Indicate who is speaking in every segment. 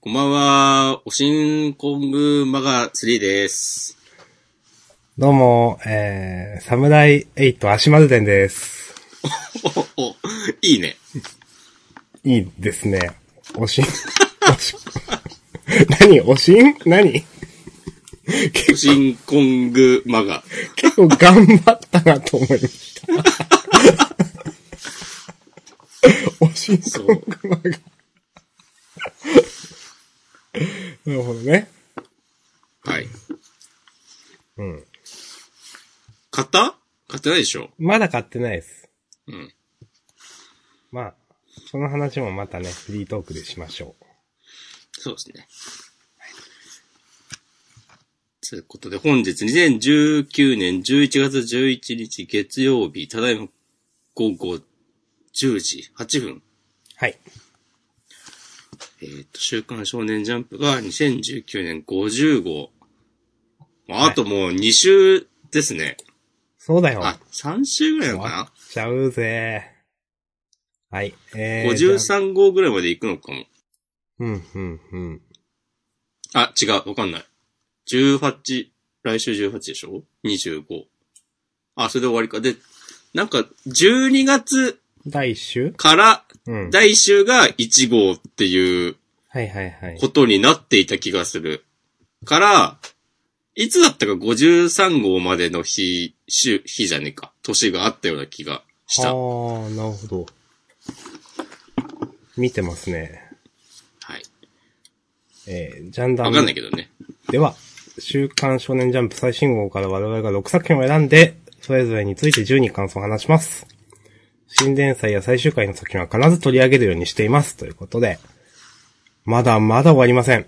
Speaker 1: こんばんは、おしんこんぐマガ3です。
Speaker 2: どうも、えー、サムライ8足丸店です。
Speaker 1: お、お、いいね。
Speaker 2: いいですね。おしん、おしん、何おしん何
Speaker 1: おしんこんぐマガ。
Speaker 2: 結構頑張ったなと思いました。おしんこ
Speaker 1: そう。
Speaker 2: んが。なるほどね。
Speaker 1: はい。
Speaker 2: うん。
Speaker 1: 買った買ってないでしょ
Speaker 2: まだ買ってないです。
Speaker 1: うん。
Speaker 2: まあ、その話もまたね、フリートークでしましょ
Speaker 1: そうですね。ということで、本日2019年11月11日月曜日、ただいま午後10時8分。
Speaker 2: う。はい。
Speaker 1: えっ、と、週刊少年ジャンプが2019年50号。まあ、
Speaker 2: はい
Speaker 1: あともう2週ですね。
Speaker 2: そうだよ。
Speaker 1: あ、3週ぐらいなのか
Speaker 2: しちゃうぜ。はい。え
Speaker 1: な
Speaker 2: ー、
Speaker 1: ?53 号ぐらいまで行くのかも。
Speaker 2: うん、うん、うん。
Speaker 1: あ、違う、わかんない。18、来週18でしょ ?25。あ、それで終わりか。で、なんか、12月
Speaker 2: 第一週
Speaker 1: から、
Speaker 2: うん。
Speaker 1: 第1週が1号っていう
Speaker 2: はいはいはい。
Speaker 1: ことになっていた気がする。から、いつだったか53号までの日、週、日じゃねえか。年があったような気がした。
Speaker 2: あ
Speaker 1: は
Speaker 2: ー、なるほど。見てますね。
Speaker 1: い。
Speaker 2: えー、ジャンダ
Speaker 1: わ
Speaker 2: ン
Speaker 1: かんないけどね。
Speaker 2: では、週刊少年ジャンプ最新号から我々が6作品を選んで、それぞれについて10に感想を話します。新連載や最終回の作品は必ず取り上げるようにしています。ということで、まだまだ終わりません。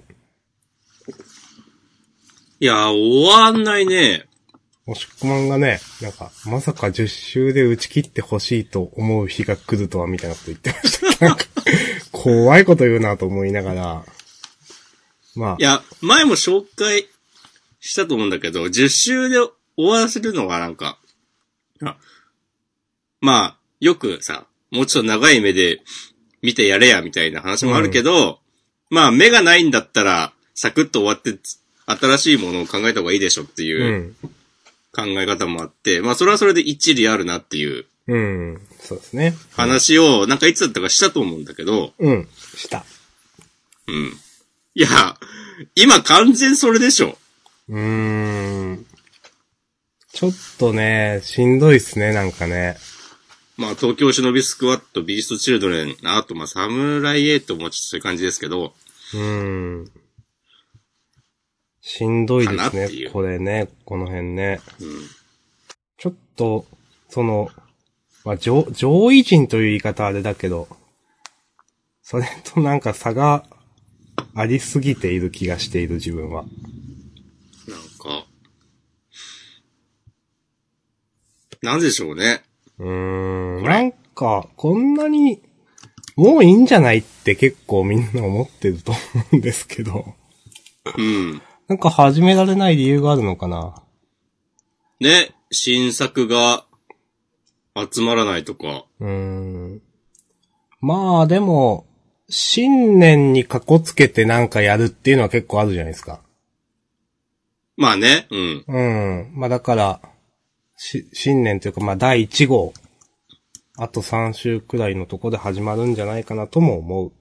Speaker 1: いやー、終わんないね。
Speaker 2: おしっこまんがね、なんか、まさか10周で打ち切ってほしいと思う日が来るとは、みたいなこと言ってました。なんか、怖いこと言うなと思いながら、ま
Speaker 1: いや、前も紹介したと思うんだけど、10周で終わらせるのがなんか、あまあ、よくさ、もうちょっと長い目で見てやれや、みたいな話もあるけど、まあ、目がないんだったら、サクッと終わって、新しいものを考えた方がいいでしょって
Speaker 2: あ、う。
Speaker 1: いうん考え方もあって、まあ、それはそれで一理あるなっていう
Speaker 2: うん。そうですね。
Speaker 1: 話を、なんかいつだったかしたと思うんだけど、
Speaker 2: うん。した。
Speaker 1: うん。いや、今完全それでしょ。
Speaker 2: うーん。ちょっとね、しんどいっすね、なんかね。
Speaker 1: まあ、東京忍びスクワット、ビーストチルドレン、あと、まあ、サムライエイトもちょっとそういう感じですけど、
Speaker 2: うーん。しんどいで
Speaker 1: か
Speaker 2: す
Speaker 1: なってい
Speaker 2: ね
Speaker 1: う、
Speaker 2: これね、この辺ね。
Speaker 1: うん。
Speaker 2: ちょっと、その、まあ、上、上位陣という言い方はあれだけど、それとなんか差がありすぎている気がしている自分は。
Speaker 1: なんか、なんでしょうね。
Speaker 2: うーん、なんか、こんなに、もういいんじゃないって結構みんな思ってると思うんですけど、
Speaker 1: うん。
Speaker 2: なんか始められない理由があるのかな
Speaker 1: ね、新作が集まらないとか、
Speaker 2: うーん。まあでも、新年にかこつけてなんかやるっていうのは結構あるじゃないですか。
Speaker 1: まあね、うん。
Speaker 2: うん。まあだから、し、新年というか、まあ第1号。あと3週くらいのとこで始まるんじゃないかなとも思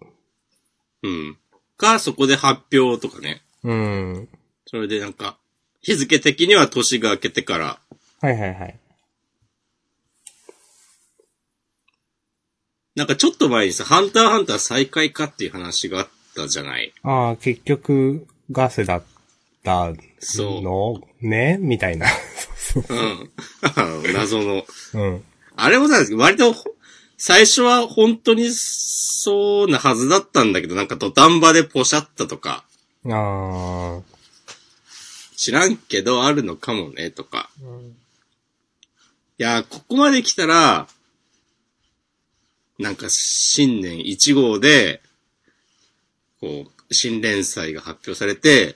Speaker 1: うん。か、そこで発表とかね。
Speaker 2: う。うん。
Speaker 1: それでなんか、日付的には年が明けてから、
Speaker 2: はいはいはい。
Speaker 1: なんかちょっと前にさ、ハンターハンター再開かっていう話があったじゃない。
Speaker 2: ああ、結局、ガセだったの
Speaker 1: そ
Speaker 2: ねみたいな。 そう
Speaker 1: うん あの。謎の。
Speaker 2: そう。うん。
Speaker 1: あれもなんですけど、割とほ、最初は本当にそうなはずだったんだけど、なんか土壇場でポシャったとか、
Speaker 2: ああ、
Speaker 1: 知らんけどあるのかもね、とか。いやー、ここまで来たら、なんか新年1号で、こう、新連載が発表されて、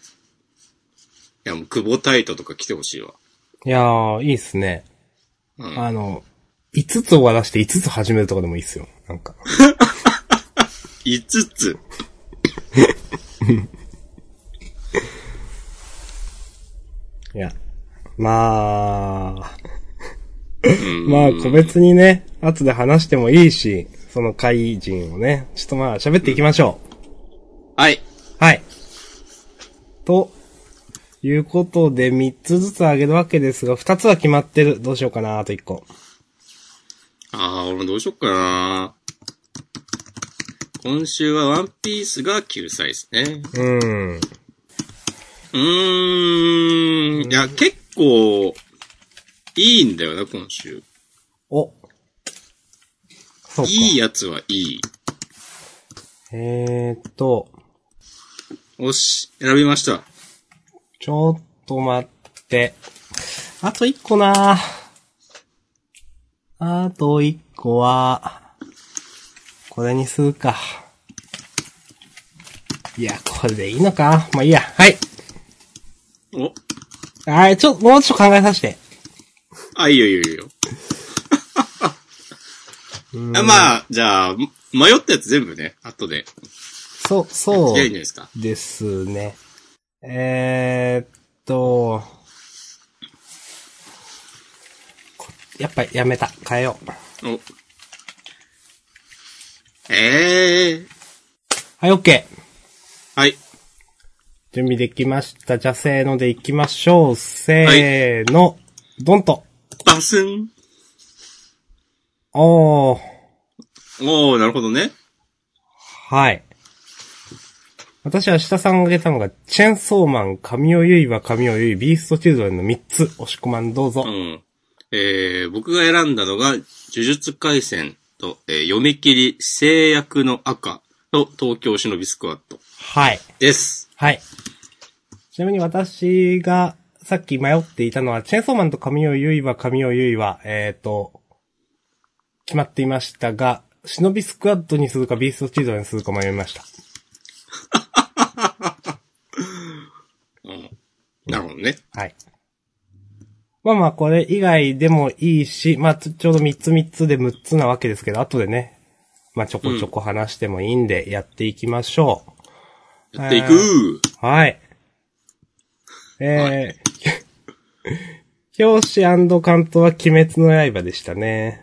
Speaker 1: いや、もう、久保タイトとか来てほしいわ。
Speaker 2: いやー、いいっすね。
Speaker 1: うん
Speaker 2: あの、5つ終わらして5つ始めるとかでもいいっすよ。なんか。
Speaker 1: 5つ。
Speaker 2: まあ、
Speaker 1: うん
Speaker 2: まあ個別にね、後で話してもいいし、その怪人をね、ちょっとまあ喋っていきましょう。
Speaker 1: はい。
Speaker 2: はい。と、いうことで3つずつあげるわけですが、2つは決まってる。どうしようかな、あと1個。
Speaker 1: ああ、俺もどうしよっかな。今週はワンピースが救済ですね。
Speaker 2: うん。
Speaker 1: うーん。いや、結構、いいんだよな、今週。
Speaker 2: お。そうか。
Speaker 1: いいやつはいい。
Speaker 2: えーっと、
Speaker 1: おし、選びました。
Speaker 2: ちょっと待って。あと1個なあと1個は、これにするか。いや、これでいいのかまあいいや。はい。
Speaker 1: お、
Speaker 2: はい、ちょ、もうちょっと考えさせて。
Speaker 1: あ、いいよいいよいいよ。あまあ、じゃあ、迷ったやつ全部ね、後で。
Speaker 2: そう、そう
Speaker 1: やりいいんじゃないですか。
Speaker 2: ですね。えーっと、こやっぱやめた。変えよう。
Speaker 1: お。ええー。
Speaker 2: はい、OK。
Speaker 1: はい。
Speaker 2: 準備できました。じゃあ、せーので行きましょう。せーの、ドンと。
Speaker 1: バスン。
Speaker 2: おー、
Speaker 1: おー、なるほどね。
Speaker 2: はい。私は下さんが挙げたのが、チェーンソーマン、神尾結衣は神尾結衣、ビーストチルドレンの3つ、押し込まんどうぞ
Speaker 1: う。ん。えー、僕が選んだのが、呪術廻戦と、えー、読み切り、制約の赤と、東京忍びスクワット
Speaker 2: はい。
Speaker 1: です。
Speaker 2: はい。ちなみに私が、さっき迷っていたのは、チェーンソーマンと神尾結衣は神尾結衣は、えーと、決まっていましたが、忍びスクワッドにするか、ビーストチルドレンにするか迷いました。
Speaker 1: うん。なるほどね。
Speaker 2: はい。まあまあ、これ以外でもいいし、まあ、ちょちょうど3つ3つで6つなわけですけど、後でね、まあ、ちょこちょこ話してもいいんで、やっていきましょう。
Speaker 1: やっていく
Speaker 2: えーはい。 えー、表紙関東は鬼滅の刃でしたね。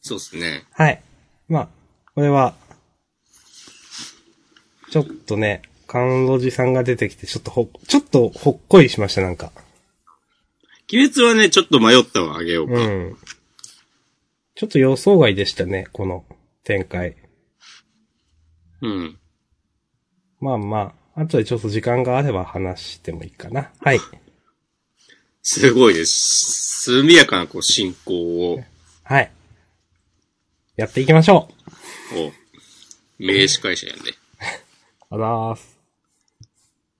Speaker 1: そうっすね。
Speaker 2: はい。まあ、これは、ちょっとね、関路寺さんが出てきて、ちょっとほ、ちょっとほっこりしました、なんか。
Speaker 1: 鬼滅はね、ちょっと迷ったわ、あげようか。
Speaker 2: うん。ちょっと予想外でしたね、この展開。
Speaker 1: うん。
Speaker 2: まあまあ、あとでちょっと時間があれば話してもいいかな。はい。
Speaker 1: すごいです。速やかな、こう、進行を、
Speaker 2: はい。やっていきましょう
Speaker 1: こう、名司会者やんね。
Speaker 2: あざーす。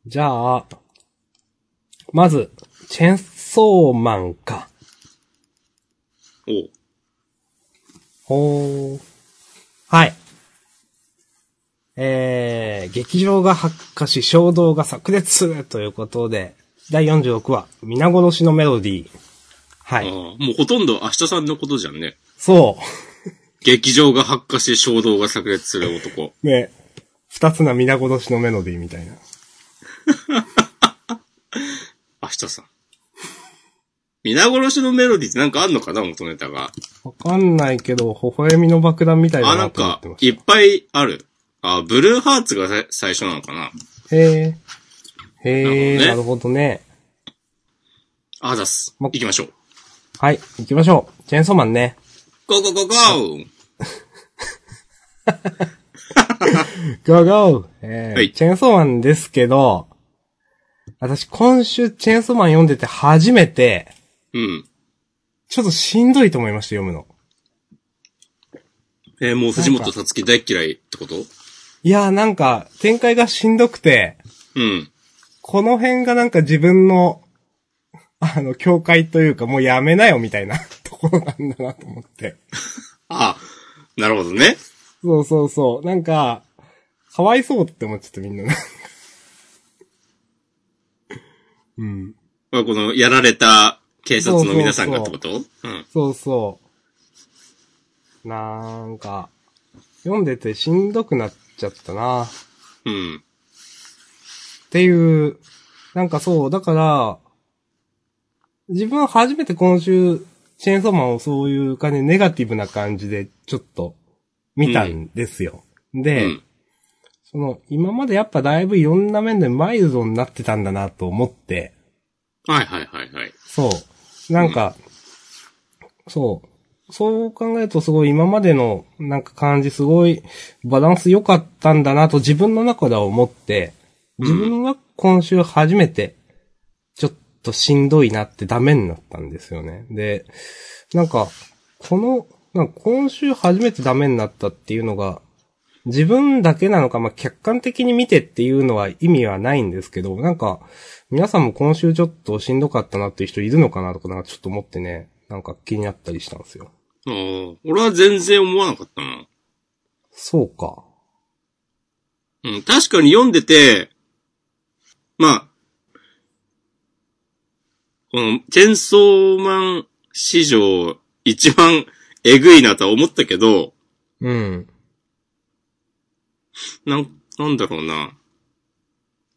Speaker 2: じゃあ、まず、チェンソーマンか。
Speaker 1: おう
Speaker 2: ほー。はい。えー、劇場が発火し、衝動が炸裂するということで、第46話、皆殺しのメロディー。は
Speaker 1: あ
Speaker 2: い。
Speaker 1: ーもうほとんど明日さんのことじゃんね。
Speaker 2: そう。
Speaker 1: 劇場が発火し、衝動が炸裂する男。
Speaker 2: ね二つな皆殺しのメロディーみたいな。
Speaker 1: 明日さん。皆殺しのメロディーってなんかあんのかな元ネタが。
Speaker 2: わかんないけど、微笑みの爆弾みたいだ
Speaker 1: あ、な
Speaker 2: なんと思っ
Speaker 1: か
Speaker 2: てま、し
Speaker 1: いっぱいある。あ、ブルーハーツがさ最初なのかな
Speaker 2: た。へえ。へえ、な
Speaker 1: な
Speaker 2: る
Speaker 1: る
Speaker 2: ほどね。
Speaker 1: あざっす。
Speaker 2: も
Speaker 1: 行きましょう。
Speaker 2: はい、行きましょう。チェーンソーマンね。
Speaker 1: ゴーゴーゴーゴー
Speaker 2: ゴーゴーえー
Speaker 1: はい
Speaker 2: チェーンソーマンですけど、私今週チェーンソーマン読んでて初めて、
Speaker 1: うん。
Speaker 2: ちょっとしんどいと思いました、読むの。
Speaker 1: えーもう藤本さつき大嫌いってこと
Speaker 2: いやーなんか、展開がしんどくて、
Speaker 1: うん。
Speaker 2: この辺がなんか自分の、あの、境界というか、もうやめなよみたいな ところなんだなと思って。
Speaker 1: あ、なるほどね。
Speaker 2: そうそうそう。なんか、かわいそうって思っちゃってみんな。なんかうん。
Speaker 1: まあこの、やられた警察の皆さんがってことうん。
Speaker 2: そうそう。なんか、読んでてしんどくなっちゃったな。っ
Speaker 1: うん。
Speaker 2: ていう、なんかそう、だから、自分は初めて今週、チェーンソーマンをそういう感じ、ネガティブな感じで、ちょっと、見たんですよ。で、
Speaker 1: うん
Speaker 2: その、今までやっぱだいぶいろんな面でマイルドになってたんだなと思って、
Speaker 1: はいはいはいはい。
Speaker 2: そう。なんか、そう。そう考えるとすごい今までのなんか感じすごいバランス良かったんだなと自分の中では思って、自分は今週初めてちょっとしんどいなってダメになったんですよね。で、なんか、この、なんか今週初めてダメになったっていうのが、自分だけなのか、まあ、客観的に見てっていうのは意味はないんですけど、なんか、皆さんも今週ちょっとしんどかったなっていう人いるのかなとか、なんかちょっと思ってね、なんか気になったりしたんですよ。
Speaker 1: あー俺は全然思わなかったな。
Speaker 2: そうか。
Speaker 1: うん、確かに読んでて、まあ、この、チェンソーマン史上一番 えぐいなとは思ったけど、
Speaker 2: うん。
Speaker 1: なん、なんだろうな。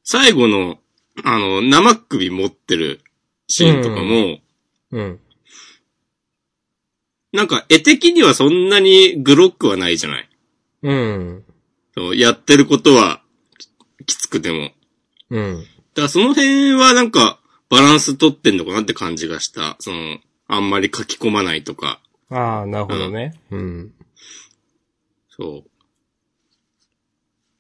Speaker 1: 最後の、あの、生首持ってるシーンとかも、
Speaker 2: うん。
Speaker 1: なんか絵的にはそんなにグロックはないじゃない。
Speaker 2: うん。
Speaker 1: そうやってることはききつくても。
Speaker 2: うん。
Speaker 1: だからその辺はなんかバランス取ってんのかなって感じがした。その、あんまり書き込まないとか。
Speaker 2: ああ、なるほどね。うん。
Speaker 1: そう。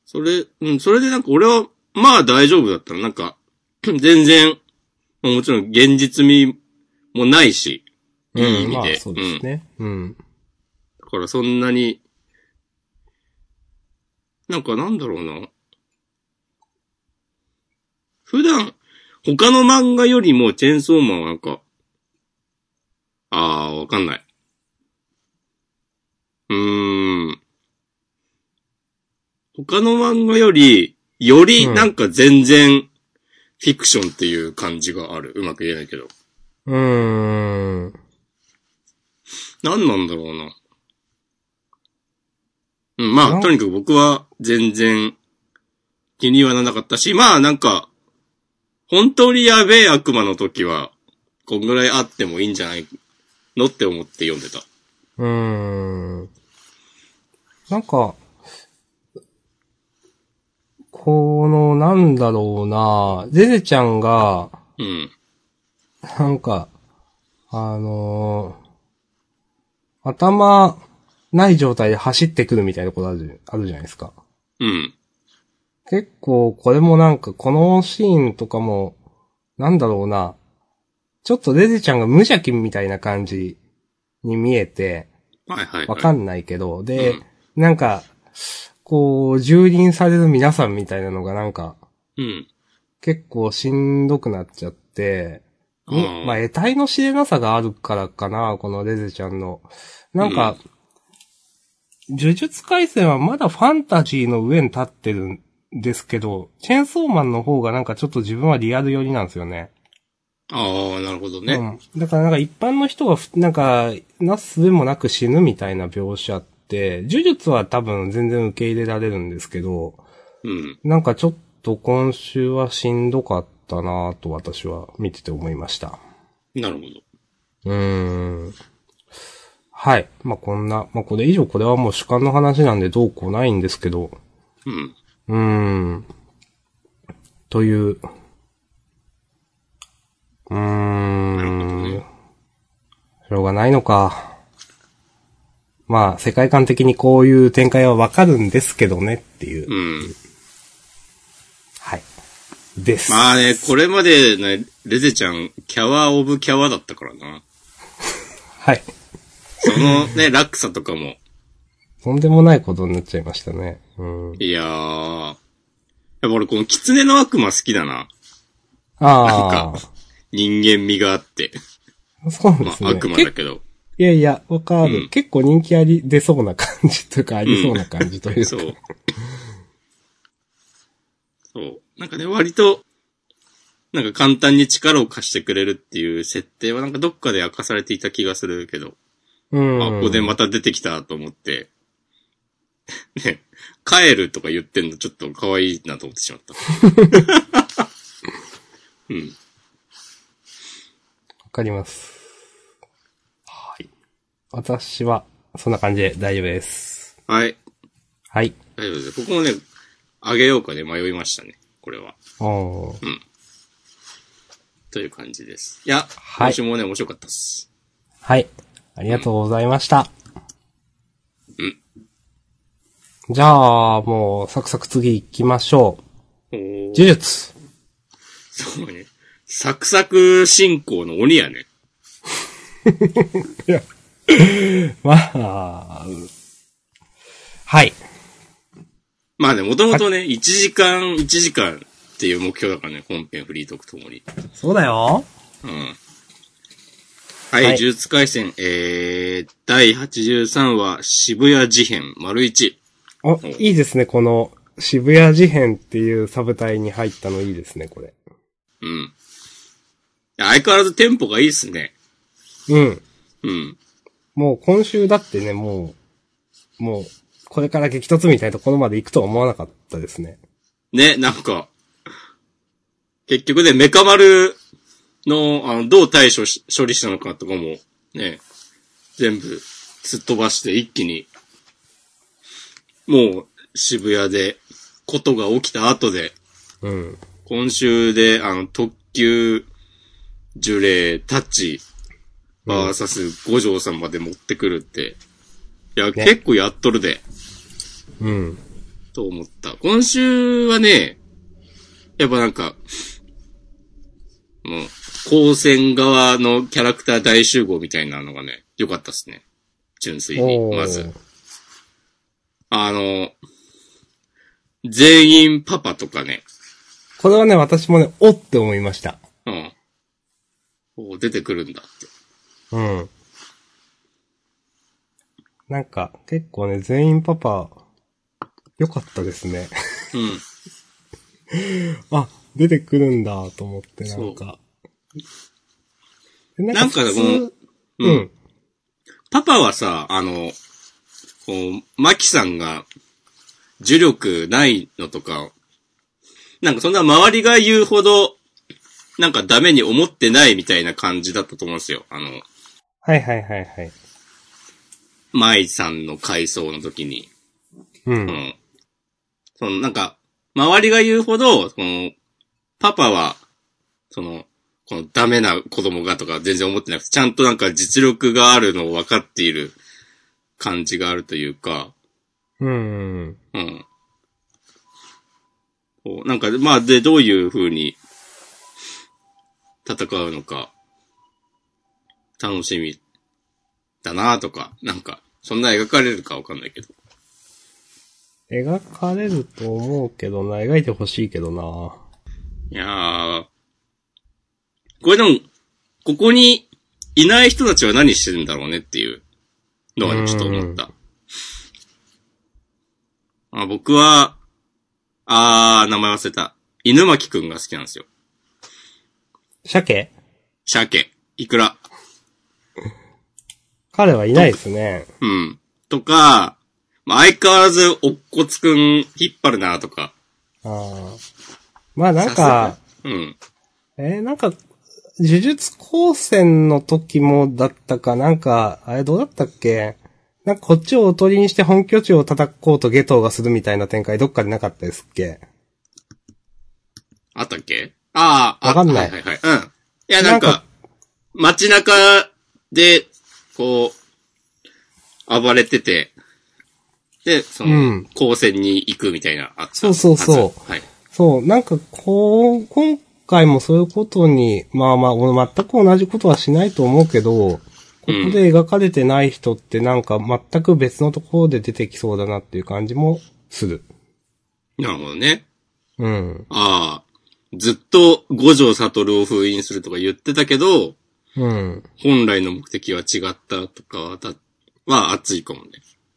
Speaker 1: それ、うん、それでなんか俺は、まあ大丈夫だったの。なんか、全然、まあもちろん現実味もないし、いい意味で。
Speaker 2: まあ、そうですね。うん。
Speaker 1: だからそんなに、なんかなんだろうな。普段、他の漫画よりもチェーンソーマンはなんか、あー、わかんない。うーん。他の漫画より、より
Speaker 2: うん
Speaker 1: なんか全然、フィクションっていう感じがある。うまく言えないけど。
Speaker 2: うーん。
Speaker 1: 何なんだろうな。うん、ま
Speaker 2: な
Speaker 1: あ、
Speaker 2: ん
Speaker 1: とにかく僕は全然気にはならなかったし、まあなんか、本当にやべえ悪魔の時は、こんぐらいあってもいいんじゃないのって思って読んでた。
Speaker 2: うーん。なんか、この、なんだろうな、ゼゼちゃんが、
Speaker 1: うん。
Speaker 2: なんか、あのー頭ない状態で走ってくるみたいなことあるじゃあるじゃないですか。
Speaker 1: うん。
Speaker 2: 結構これもなんかこのシーンとかも、なんだろうな、ちょっとレジちゃんが無邪気みたいな感じに見えて、
Speaker 1: はいはい、はい。
Speaker 2: わか
Speaker 1: ん
Speaker 2: んないけど、で、なんか、こう、蹂躙される皆さんみたいなのがなんか、
Speaker 1: うん。
Speaker 2: 結構しんどくなっちゃって、に
Speaker 1: あー
Speaker 2: まあ、得体の知れなさがあるからかな、このレゼちゃんの。なんか、呪術回戦はまだファンタジーの上に立ってるんですけど、チェーンソーマンの方がなんかちょっと自分はリアル寄りなんですよね。
Speaker 1: ああ、なるほどね。
Speaker 2: うん。だからなんか一般の人がふ、なんか、なすすべもなく死ぬみたいな描写って、呪術は多分全然受け入れられるんですけど、
Speaker 1: うん。
Speaker 2: なんかちょっと今週はしんどかったなぁと私は見てて思いました。
Speaker 1: なるほど。
Speaker 2: うーん。はい。まあ、こんな、まあ、これ以上これはもう主観の話なんでどうこうないんですけど、
Speaker 1: うん。
Speaker 2: うーん。という。うー
Speaker 1: なるほど
Speaker 2: ん
Speaker 1: ね。。
Speaker 2: しょうがないのか。まあ、世界観的にこういう展開はわかるんですけどねっていう。
Speaker 1: うん。
Speaker 2: はい。です。
Speaker 1: まあね、これまでね、レゼちゃん、キャワーオブキャワーだったからな。
Speaker 2: はい。
Speaker 1: そのね、 落差とかも。
Speaker 2: とんでもないことになっちゃいましたね。うん。
Speaker 1: いやー。やっぱ俺この狐の悪魔好きだな。
Speaker 2: あ
Speaker 1: 人間味があって。
Speaker 2: あ。そうで
Speaker 1: ますあ
Speaker 2: ね。
Speaker 1: 悪魔だけど。
Speaker 2: いやいや、わかる。
Speaker 1: うん
Speaker 2: 結構人気あり、出そうな感じというか、ありそうな感じというか。
Speaker 1: そう。そう。なんかね、割と、なんか簡単に力を貸してくれるっていう設定はなんかどっかで明かされていた気がするけど、
Speaker 2: うん。
Speaker 1: あ、ここでまた出てきたと思って、 ね、帰るとか言ってんのちょっと可愛いなと思ってしまった。うん。
Speaker 2: かります。
Speaker 1: はい。
Speaker 2: 私は、そんな感じで大丈夫です。
Speaker 1: はい。
Speaker 2: はい。
Speaker 1: 大丈夫です。ここもね、あげようかね、迷いましたね。これは。
Speaker 2: おー
Speaker 1: という感じです。いや、
Speaker 2: はい
Speaker 1: 今週もね、面白かったっす。
Speaker 2: はい。ありがとうございました。
Speaker 1: うん
Speaker 2: じゃあ、もう、サクサク次行きましょう。
Speaker 1: おー
Speaker 2: 呪術。
Speaker 1: そうね。サクサク進行の鬼やね。
Speaker 2: まあ、はい。
Speaker 1: まあね、もともとね、1時間、1時間っていう目標だからね、本編フリートークともに。
Speaker 2: そうだよ。
Speaker 1: うん。はい、
Speaker 2: はい
Speaker 1: 呪術回戦、えー、第83話、渋谷事変、丸1。
Speaker 2: お、いいですね、この、渋谷事変っていうサブ隊に入ったのいいですね、これ。
Speaker 1: うん。いや相変わらずテンポがいいっすね。
Speaker 2: うん。
Speaker 1: うん。
Speaker 2: もう今週だってね、もう、もう、これから激突みたいなところまで行くとは思わなかったですね。
Speaker 1: ね、なんか、結局ね、メカ丸の、あの、どう対処し、処理したのかとかも、ね、全部、すっ飛ばして一気に、もう、渋谷で、ことが起きた後で、
Speaker 2: うん。
Speaker 1: 今週で、あの、特急、呪霊、タッチ、バーサス、五条さんまで持ってくるって。いや、
Speaker 2: ね
Speaker 1: 結構やっとるで。
Speaker 2: うん。
Speaker 1: と思った。今週はね、やっぱなんか、もう、光線側のキャラクター大集合みたいなのがね、良かったっすね。純粋に、
Speaker 2: ー
Speaker 1: まず。。あの、全員パパとかね、
Speaker 2: これはね、私もね、おって思いました。
Speaker 1: うん。お出てくるんだって。
Speaker 2: うん。なんか、結構ね、全員パパ、良かったですね。
Speaker 1: うん。
Speaker 2: あ、出てくるんだと思って、なんか。で
Speaker 1: なんかね
Speaker 2: 普通
Speaker 1: この
Speaker 2: う
Speaker 1: うん
Speaker 2: ん。
Speaker 1: パパはさ、あの、こう、マキさんが、呪力ないのとか、なんかそんな周りが言うほど、なんかダメに思ってないみたいな感じだったと思うんですよ。あの、
Speaker 2: はいはいはいはい。
Speaker 1: 舞さんの回想の時に。
Speaker 2: う。
Speaker 1: うんん。その、なんか、周りが言うほど、その、パパは、その、このダメな子供がとか全然思ってなくて、ちゃんとなんか実力があるのを分かっている感じがあるというか、
Speaker 2: うん。
Speaker 1: うん。こうなんか、まあ、で、どういう風に戦うのか、楽しみだなとか、なんか、そんな描かれるかわかんないけど。
Speaker 2: 描かれると思うけどな、描いてほしいけどな。
Speaker 1: いやー。これでも、ここにいない人たちは何してるんだろうねっていうのはね、ちょっと思った。あ僕は、あー、名前忘れた。犬巻くんが好きなんですよ。
Speaker 2: 鮭
Speaker 1: 鮭、イクラ、
Speaker 2: 彼はいないですね。
Speaker 1: うん。とか、まあ、相変わらず、おっこつくん引っ張るなとか。
Speaker 2: ああ。まあなん
Speaker 1: さすが
Speaker 2: か、
Speaker 1: うん。
Speaker 2: えーなんか、呪術高専の時もだったかなんか、あれどうだったっけなんかこっちをおとりにして本拠地を叩こうとゲトウがするみたいな展開どっかでなかったですっけ
Speaker 1: あったっけああ、あ
Speaker 2: わかんない
Speaker 1: はいはいはい。うん。いや、なんか、
Speaker 2: なんか
Speaker 1: 街中で、こう、暴れてて、で、その、
Speaker 2: うん
Speaker 1: 高専に行くみたいな、あった
Speaker 2: そうそうそう
Speaker 1: はずはい。
Speaker 2: そう、なんかこう、今回もそういうことに、まあまあ、俺全く同じことはしないと思うけど、ここで描かれてない人ってなんか全く別のところで出てきそうだなっていう感じもする。
Speaker 1: なるほどね。
Speaker 2: うん。
Speaker 1: ああ。ずっと五条悟を封印するとか言ってたけど、
Speaker 2: うん。
Speaker 1: 本来の目的は違ったとかだ、は熱いかもね。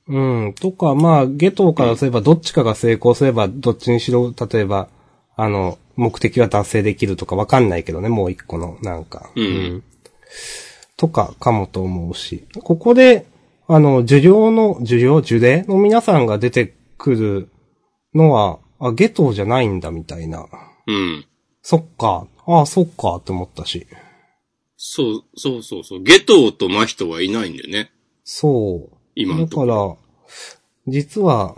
Speaker 2: うん。とか、まあ、ゲトウからすれば、どっちかが成功すれば、どっちにしろ、例えば、あの、目的は達成できるとかわかんないけどね、もう一個の、なんか。
Speaker 1: うん
Speaker 2: とか、かもと思うし。ここで、あの、受領の、受領、受霊の皆さんが出てくるのは、あ、ゲトウじゃないんだ、みたいな。
Speaker 1: うん。
Speaker 2: そっか。ああ、そっか、って思ったし。
Speaker 1: そう、そうそうそう。ゲトウとマヒトはいないんだよね。
Speaker 2: そう。
Speaker 1: 今の
Speaker 2: だ
Speaker 1: とこ
Speaker 2: か
Speaker 1: ろ。
Speaker 2: ら、実は、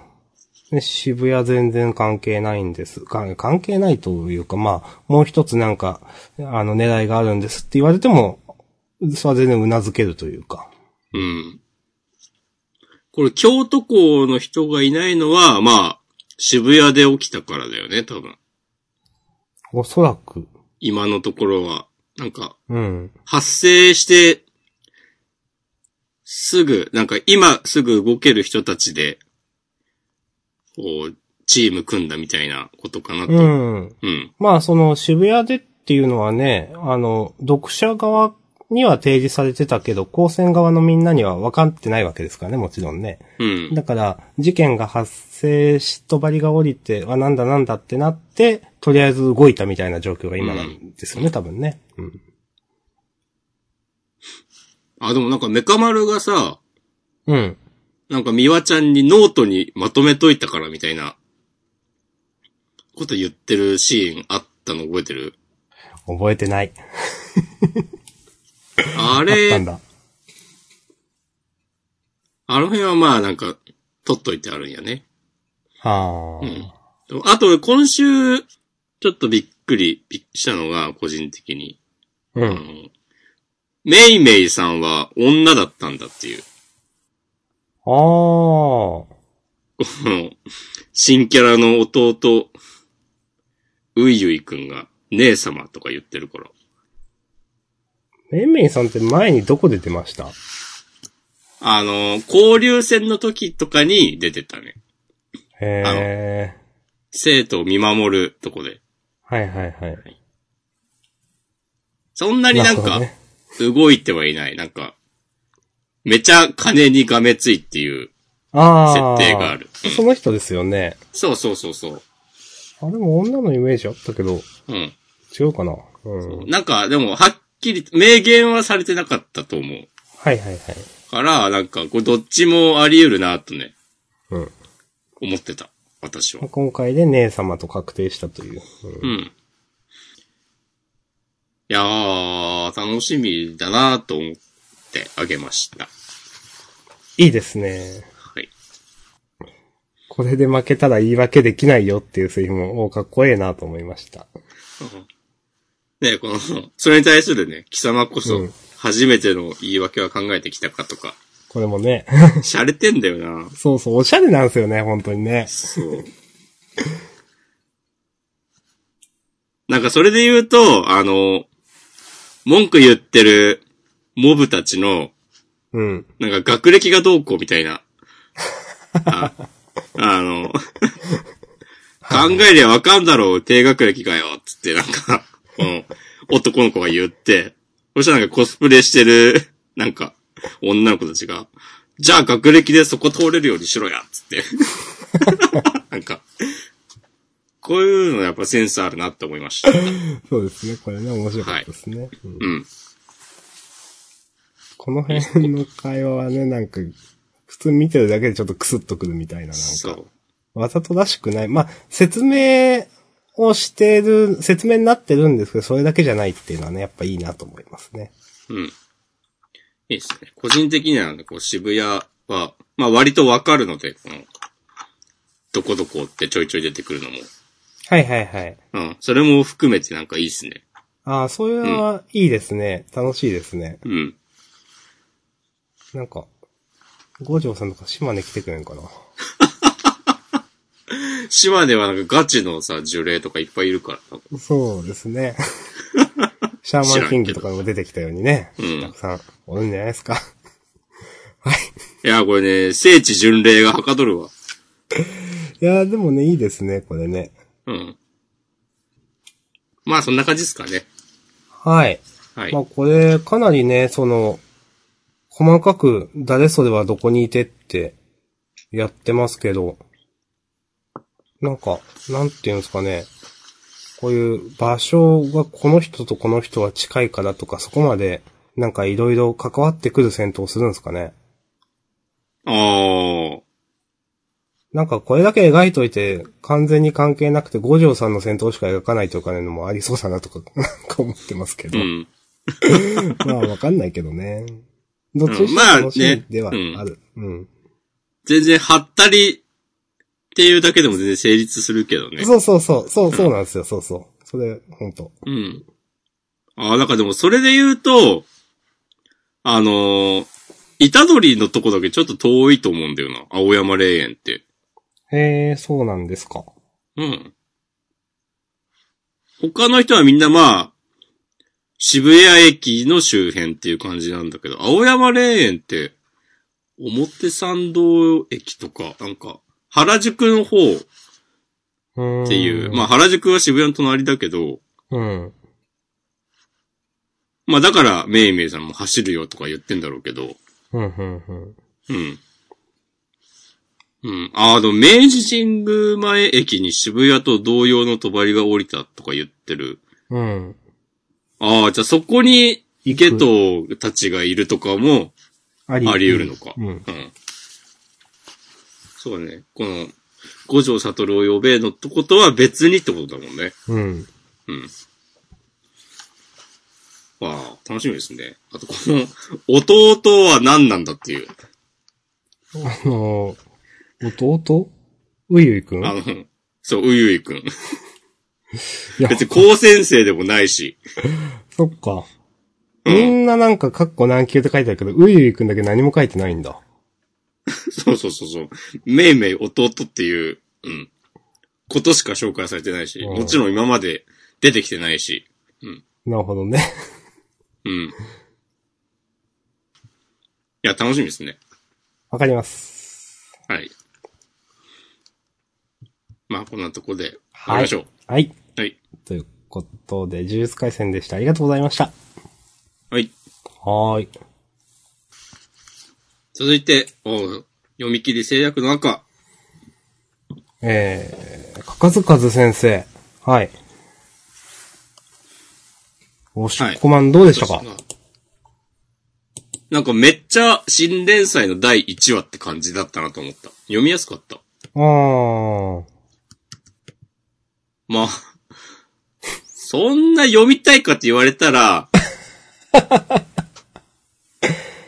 Speaker 2: ね渋谷全然関係ないんです。か関係ないというか、まあ、もう一つなんか、あの、狙いがあるんですって言われても、それは全然うなずけるというか。
Speaker 1: うん。これ、京都校の人がいないのは、まあ、渋谷で起きたからだよね、多分。
Speaker 2: おそらく。
Speaker 1: 今のところは。なんか、
Speaker 2: うん。
Speaker 1: 発生して、すぐ、なんか今すぐ動ける人たちで、こう、チーム組んだみたいなことかなと。うん。
Speaker 2: うん。まあ、その渋谷でっていうのはね、あの、読者側には提示されてたけど、高専側のみんなには分かってないわけですからね、もちろんね。
Speaker 1: うん。
Speaker 2: だから、事件が発生し、とばりが降りて、あ、なんだなんだってなって、とりあえず動いたみたいな状況が今なんですよね、多分ね。うん。
Speaker 1: あ、でもなんかメカ丸がさ、
Speaker 2: うん。
Speaker 1: なんかミワちゃんにノートにまとめといたからみたいな、こと言ってるシーンあったの覚えてる
Speaker 2: 覚えてない。
Speaker 1: あ
Speaker 2: あった
Speaker 1: れ、
Speaker 2: んだ。
Speaker 1: あの辺はまあなんか、取っといてあるんやね。
Speaker 2: はあ、
Speaker 1: うん。あと俺今週、ちょっとびっくり、びっくりしたのが、個人的に。
Speaker 2: うん。
Speaker 1: あのメイメイさんは女だったんだっていう、
Speaker 2: ああ。
Speaker 1: この、新キャラの弟、ういゆいくんが、姉様とか言ってるから。
Speaker 2: めいめいさんって前にどこ出てました
Speaker 1: あの、交流戦の時とかに出てたね。
Speaker 2: へえ。
Speaker 1: 生徒を見守るとこで。
Speaker 2: はいはいはい。
Speaker 1: そんなになん
Speaker 2: るほど
Speaker 1: か、
Speaker 2: ね
Speaker 1: 動いてはいない。なんか、めちゃ金にがめついっていう。
Speaker 2: ああ。
Speaker 1: 設定があるうん
Speaker 2: その人ですよね。
Speaker 1: そうそうそうそう。
Speaker 2: あ、でも女のイメージあったけど、
Speaker 1: うん。
Speaker 2: 違うかな。うん。
Speaker 1: なんか、でも、はっきり、明言はされてなかったと思う。
Speaker 2: はいはいはい。
Speaker 1: から、なんか、これどっちもあり得るなとね、
Speaker 2: うん。
Speaker 1: 思ってた。私は。
Speaker 2: 今回で姉様と確定したという。うん
Speaker 1: うん。いやー、楽しみだなと思ってあげました。
Speaker 2: いいですね。
Speaker 1: はい。
Speaker 2: これで負けたら言い訳できないよっていうセリフも、おかっこええなと思いました。
Speaker 1: ねこの、 それに対するね、貴様こそ
Speaker 2: うん、
Speaker 1: 初めての言い訳は考えてきたかとか、
Speaker 2: これもね、
Speaker 1: 洒落てんだよな
Speaker 2: そうそう、おしゃれなんですよね、本当にね。
Speaker 1: そう。 なんかそれで言うと、あの、文句言ってるモブたちの、
Speaker 2: うん。
Speaker 1: なんか学歴がどうこうみたいな。ああの、 考えりゃわかんだろう、低学歴がよ、つってなんか、 この男の子が言って、そしたらなんかコスプレしてる、なんか、女の子たちが、じゃあ学歴でそこ通れるようにしろや、つって。なんか、こういうのやっぱセンスあるなって思いました。
Speaker 2: そうですね、これね、面白かったですね。うん
Speaker 1: うん。
Speaker 2: この辺の会話はね、なんか、普通見てるだけでちょっとクスッとくるみたいな、なんか。
Speaker 1: そう。
Speaker 2: わざとらしくない。まあ、説明をしてる、説明になってるんですけど、それだけじゃないっていうのはね、やっぱいいなと思いますね。
Speaker 1: うん。いいですね。個人的にはなんかこう渋谷は、まあ割とわかるので、この、どこどこってちょいちょい出てくるのも。
Speaker 2: はいはいはい。
Speaker 1: うん。それも含めてなんかいいですね。
Speaker 2: ああ、それはいいですね。楽しいですね。
Speaker 1: うん。
Speaker 2: なんか、五条さんとか島根来てくれんかな。
Speaker 1: 島根はなんかガチのさ、呪霊とかいっぱいいるから。なんか
Speaker 2: そうですね。 シャーマンキングとかも出てきたようにね、
Speaker 1: うん
Speaker 2: たくさんおるんじゃないですか。
Speaker 1: いや、これね、聖地巡礼がはかどるわ。
Speaker 2: いやーでもね、いいですね、これね。
Speaker 1: うん。まあそんな感じですかね。
Speaker 2: はい。
Speaker 1: はい
Speaker 2: まあ。これ、かなりね、その、細かく誰それはどこにいてってやってますけど、なんか、なんていうんですかね。こういう場所がこの人とこの人は近いからとか、そこまでなんかいろいろ関わってくる戦闘をするんですかね。
Speaker 1: あー。
Speaker 2: なんかこれだけ描いといて完全に関係なくて五条さんの戦闘しか描かないとかねのもありそうだなとか、なんか思ってますけ
Speaker 1: う
Speaker 2: ど。
Speaker 1: ん。
Speaker 2: まあ、わかんないけどね。どっちにし
Speaker 1: まあ
Speaker 2: ても楽しみでは
Speaker 1: ね
Speaker 2: ある。うん。
Speaker 1: 全然、はったりっていうだけでも全然成立するけどね。
Speaker 2: そうそうそう、そうそうなんですよ、そうそう。それ、ほんと。
Speaker 1: うん。ああ、なんかでもそれで言うと、あのー、虎取のとこだけちょっと遠いと思うんだよな。青山霊園って。
Speaker 2: へえ、そうなんですか。
Speaker 1: うん。他の人はみんなまあ、渋谷駅の周辺っていう感じなんだけど、青山霊園って、表参道駅とか、なんか、原宿の方っ
Speaker 2: うーん。
Speaker 1: ていう、まあ原宿は渋谷の隣だけど、
Speaker 2: うん。
Speaker 1: まあだから、めいめいさんも走るよとか言ってんだろうけど、
Speaker 2: うん、うん、うん。
Speaker 1: うん。うん。ああ、でも明治神宮前駅に渋谷と同様の帳が降りたとか言ってる。
Speaker 2: うん。
Speaker 1: ああ、じゃあそこに、
Speaker 2: 行
Speaker 1: ゲトたちがいるとかも
Speaker 2: あり
Speaker 1: あり得るのか。
Speaker 2: うん。
Speaker 1: うん。そうね。この、五条悟を呼べのとことは別にってことだもんね。
Speaker 2: うん。
Speaker 1: うん。わあ、楽しみですね。あと、この、弟は何なんだっていう。
Speaker 2: あのー、弟ういういくん
Speaker 1: あの、そう、うゆいくん。
Speaker 2: いや、
Speaker 1: 別に高先生でもないし。
Speaker 2: そっか。みんななんか、カッコ何級って書いてあるけど、うゆいくんだけ何も書いてないんだ。
Speaker 1: そうそうそうそう。めいめい弟っていう、うん。ことしか紹介されてないし、
Speaker 2: うん
Speaker 1: もちろん今まで出てきてないし。
Speaker 2: なるほどね。
Speaker 1: うん。いや、楽しみですね。
Speaker 2: わかります。
Speaker 1: はい。まあ、こんなとこで、終わりましょう。
Speaker 2: はい。
Speaker 1: はい。
Speaker 2: ということで、呪術回戦でした。ありがとうございました。
Speaker 1: はい。
Speaker 2: はーい。
Speaker 1: 続いて、お読み切り制約の赤。
Speaker 2: えー、かかずかず先生。はい。おし
Speaker 1: はい
Speaker 2: こまんどうでしたか、
Speaker 1: なんかめっちゃ新連載の第1話って感じだったなと思った。読みやすかった。
Speaker 2: あー。
Speaker 1: まあ、そんな読みたいかって言われたら、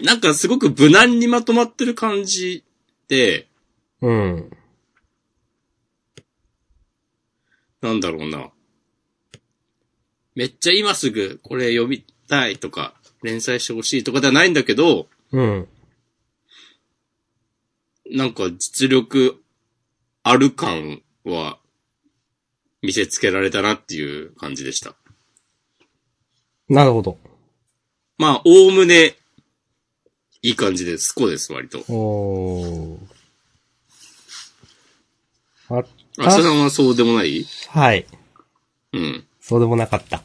Speaker 1: なんかすごく無難にまとまってる感じで、
Speaker 2: うん。
Speaker 1: なんだろうな。めっちゃ今すぐこれ読みたいとか、連載してほしいとかではないんだけど、
Speaker 2: うん。
Speaker 1: なんか実力ある感は見せつけられたなっていう感じでした。
Speaker 2: なるほど。
Speaker 1: まあ、おおむね、いい感じです。こうです、割と。
Speaker 2: おー。あ
Speaker 1: 明日さんはそうでもない
Speaker 2: はい。
Speaker 1: うん。
Speaker 2: そうでもなかった。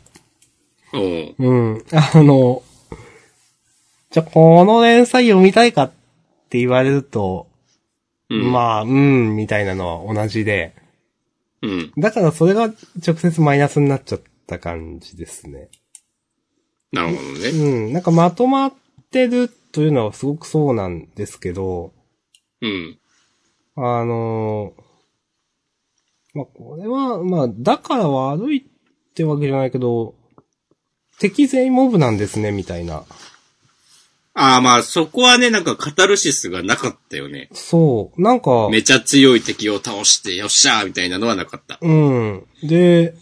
Speaker 1: おう
Speaker 2: うん。 あの、じゃ、この連載読みたいかって言われると、
Speaker 1: うん。
Speaker 2: まあ、うん、みたいなのは同じで。
Speaker 1: うん。
Speaker 2: だからそれが直接マイナスになっちゃった感じですね。
Speaker 1: なるほど
Speaker 2: う
Speaker 1: ね。
Speaker 2: ん。なんかまとまってるというのはすごくそうなんですけど、
Speaker 1: うん。
Speaker 2: あのーまあ、これは、まあ、だから悪いってわけじゃないけど、敵全員モブなんですね、みたいな。
Speaker 1: ああ、まあ、そこはね、なんかカタルシスがなかったよね。
Speaker 2: そう。なんか、
Speaker 1: めちゃ強い敵を倒して、よっしゃーみたいなのはなかった。
Speaker 2: うん。で、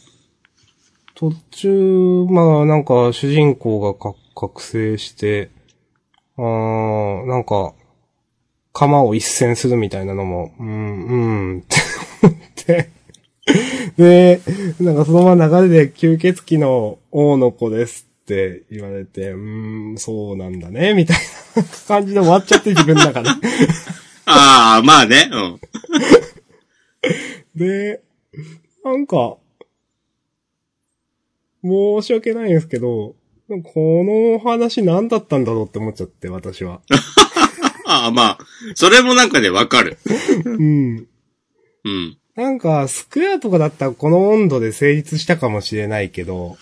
Speaker 2: 途中、まあなんか主人公がか覚醒して、あー、なんか、釜を一戦するみたいなのも、うん、うん、って思って。で、なんかそのまま流れで吸血鬼の王の子ですって言われて、うーん、そうなんだね、みたいな感じで終わっちゃって自分の中で。
Speaker 1: ああ、まあね。うん。
Speaker 2: で、なんか、申し訳ないんですけど、このお話何だったんだろうって思っちゃって、私は。
Speaker 1: ああ、まあ、それもなんかね、わかる。
Speaker 2: うん。
Speaker 1: うん。
Speaker 2: なんか、スクエアとかだったらこの温度で成立したかもしれないけど、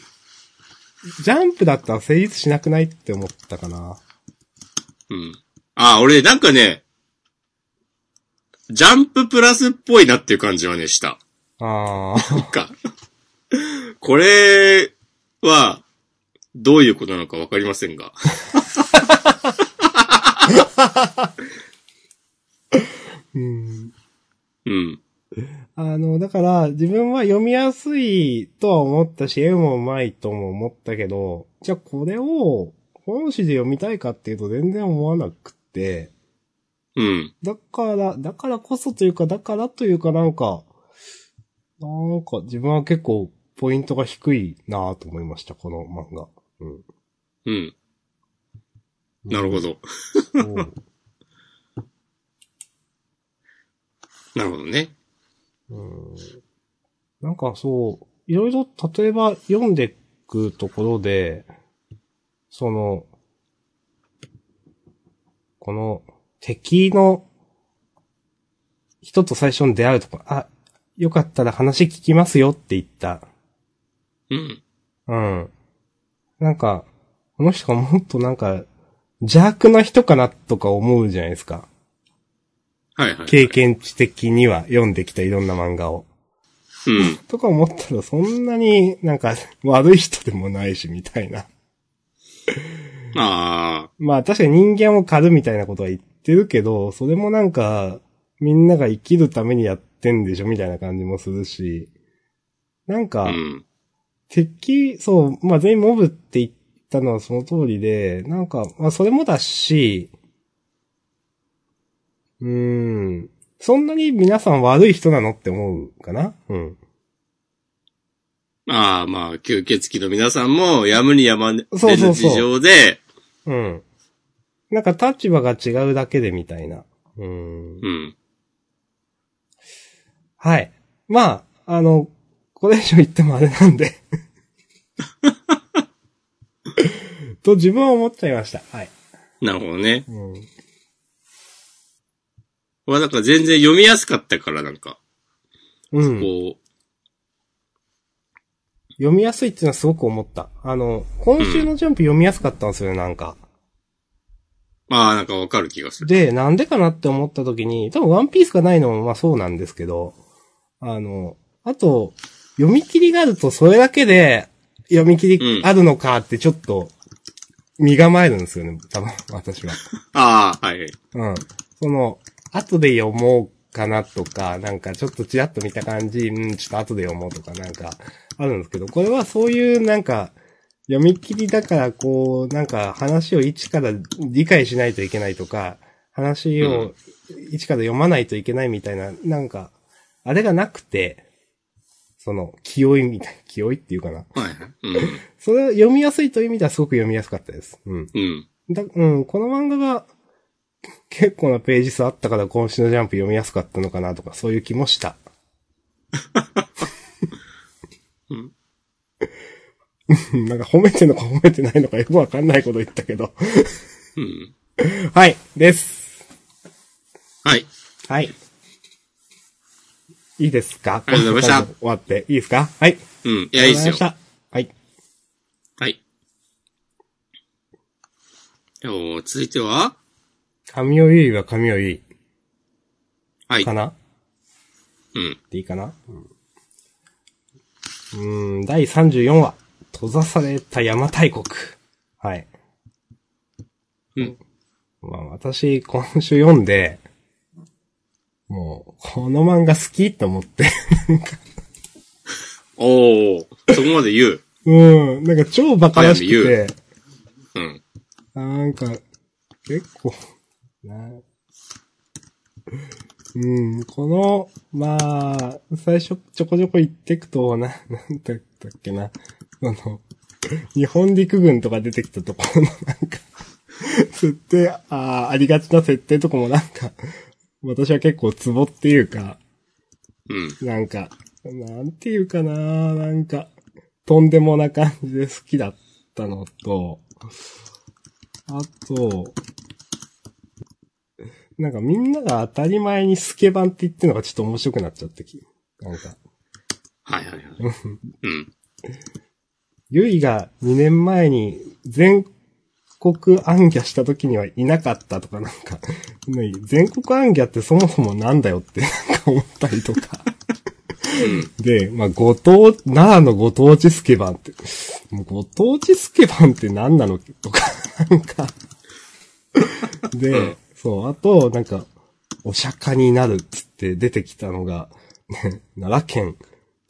Speaker 2: ジャンプだったら成立しなくないって思ったかな。
Speaker 1: うん。ああ、俺、なんかね、ジャンププラスっぽいなっていう感じはね、した。
Speaker 2: あー。
Speaker 1: か。これは、どういうことなのかわかりませんが。
Speaker 2: うん。
Speaker 1: うん。
Speaker 2: あの、だから、自分は読みやすいとは思ったし、絵もうまいとも思ったけど、じゃあこれを、本誌で読みたいかっていうと全然思わなくって、
Speaker 1: うん。
Speaker 2: だから、だからこそというか、だからというかなんか、なんか自分は結構ポイントが低いなぁと思いました、この漫画。うん。
Speaker 1: うん。なるほど。
Speaker 2: そう。
Speaker 1: なるほどね。
Speaker 2: うんなんかそう、いろいろ例えば読んでくところで、その、この敵の人と最初に出会うとか、あ、よかったら話聞きますよって言った。
Speaker 1: うん。
Speaker 2: うん。なんか、この人がもっとなんか邪悪な人かなとか思うじゃないですか。
Speaker 1: はいはい。
Speaker 2: 経。験値的には読んできたいろんな漫画を。
Speaker 1: うん。
Speaker 2: とか思ったらそんなになんか 悪い人でもないしみたいな。
Speaker 1: ああ。
Speaker 2: まあ確かに人間を狩るみたいなことは言ってるけど、それもなんかみんなが生きるためにやってんでしょみたいな感じもするし。なんか、
Speaker 1: うん。
Speaker 2: 敵、そう、まあ全員モブって言ったのはその通りで、なんか、まあそれもだし、うーん、そんなに皆さん悪い人なのって思うかなうん。
Speaker 1: ああ、まあ、吸血鬼の皆さんも、やむにやまれ
Speaker 2: そうそ
Speaker 1: ぬ
Speaker 2: うそう
Speaker 1: 事情で、
Speaker 2: うん。なんか立場が違うだけでみたいな。うん。
Speaker 1: うん。
Speaker 2: はい。まあ、あの、これ以上言ってもあれなんで。 と自分は思っちゃいました。はい。
Speaker 1: なるほどね。
Speaker 2: うん。
Speaker 1: これはなんか全然読みやすかったから、なんか、
Speaker 2: うん。
Speaker 1: こ
Speaker 2: 読みやすいっていうのはすごく思った。あの、今週のジャンプ読みやすかったんですよね、なんか。
Speaker 1: う、ああ、なんかわかる気がする。
Speaker 2: で、なんでかなって思った時に、多分ワンピースがないのもまあそうなんですけど、あの、あと、読み切りがあるとそれだけで、読み切りあるのかってちょっと、身構えるんですよね、多分、私は。
Speaker 1: ああ、はいはい。
Speaker 2: うん。その、後で読もうかなとか、なんかちょっとちらっと見た感じ、うん、ちょっと後で読もうとかなんか、あるんですけど、これはそういうなんか、読み切りだからこう、なんか話を一から理解しないといけないとか、話を一から読まないといけないみたいな、なんか、あれがなくて、その、気負いみたい、気負いっていうかな。
Speaker 1: はいはい。うん。
Speaker 2: それは読みやすいという意味ではすごく読みやすかったです。うん。
Speaker 1: うん。
Speaker 2: だ、うん、この漫画が、結構なページ数あったから今週のジャンプ読みやすかったのかなとか、そういう気もした。
Speaker 1: うん
Speaker 2: うん なんか褒めてんのか褒めてないのかよくわかんないこと言ったけど。
Speaker 1: うん。
Speaker 2: はい、です。
Speaker 1: はい。
Speaker 2: はい。いいですか
Speaker 1: ありがとうございました
Speaker 2: 終わって、いいですかはい。
Speaker 1: うん。いや、いいっす
Speaker 2: ありがとうござま
Speaker 1: よ
Speaker 2: し。た。はい。
Speaker 1: はい。でも続いては
Speaker 2: 神尾ゆいは神尾ゆ
Speaker 1: はい
Speaker 2: いか。な、
Speaker 1: うん。
Speaker 2: っていいかなうん、ん、第34話。閉ざされた邪馬台国。はい。
Speaker 1: うん。
Speaker 2: まあ私、今週読んで、もう、この漫画好きと思って。
Speaker 1: おお、そこまで言う。
Speaker 2: うん、なんか超バカらしくて、
Speaker 1: うん。
Speaker 2: なんか、結構、な、うん、この、まあ、最初ちょこちょこ行ってくと、な、なんだったっけな、その、日本陸軍とか出てきたところのなんか、設定、ああ、ありがちな設定とかもなんか、私は結構ツボっていうか、
Speaker 1: うん。
Speaker 2: なんか、なんていうかな、なんか、とんでもな感じで好きだったのと、あと、なんかみんなが当たり前にスケバンって言ってるのがちょっと面白くなっちゃってき、なんか、
Speaker 1: はいはいはい。うん。
Speaker 2: ゆいが2年前に全国暗記した時にはいなかったとかなんか、ね全国暗記ってそもそもなんだよってなんか思ったりとか。で、まあ、ご当、奈良のご当地スケバンって、もうご当地スケバンって何なのとか、なんか。で、そう、あと、なんか、お釈迦になるっつって出てきたのが、ね、奈良県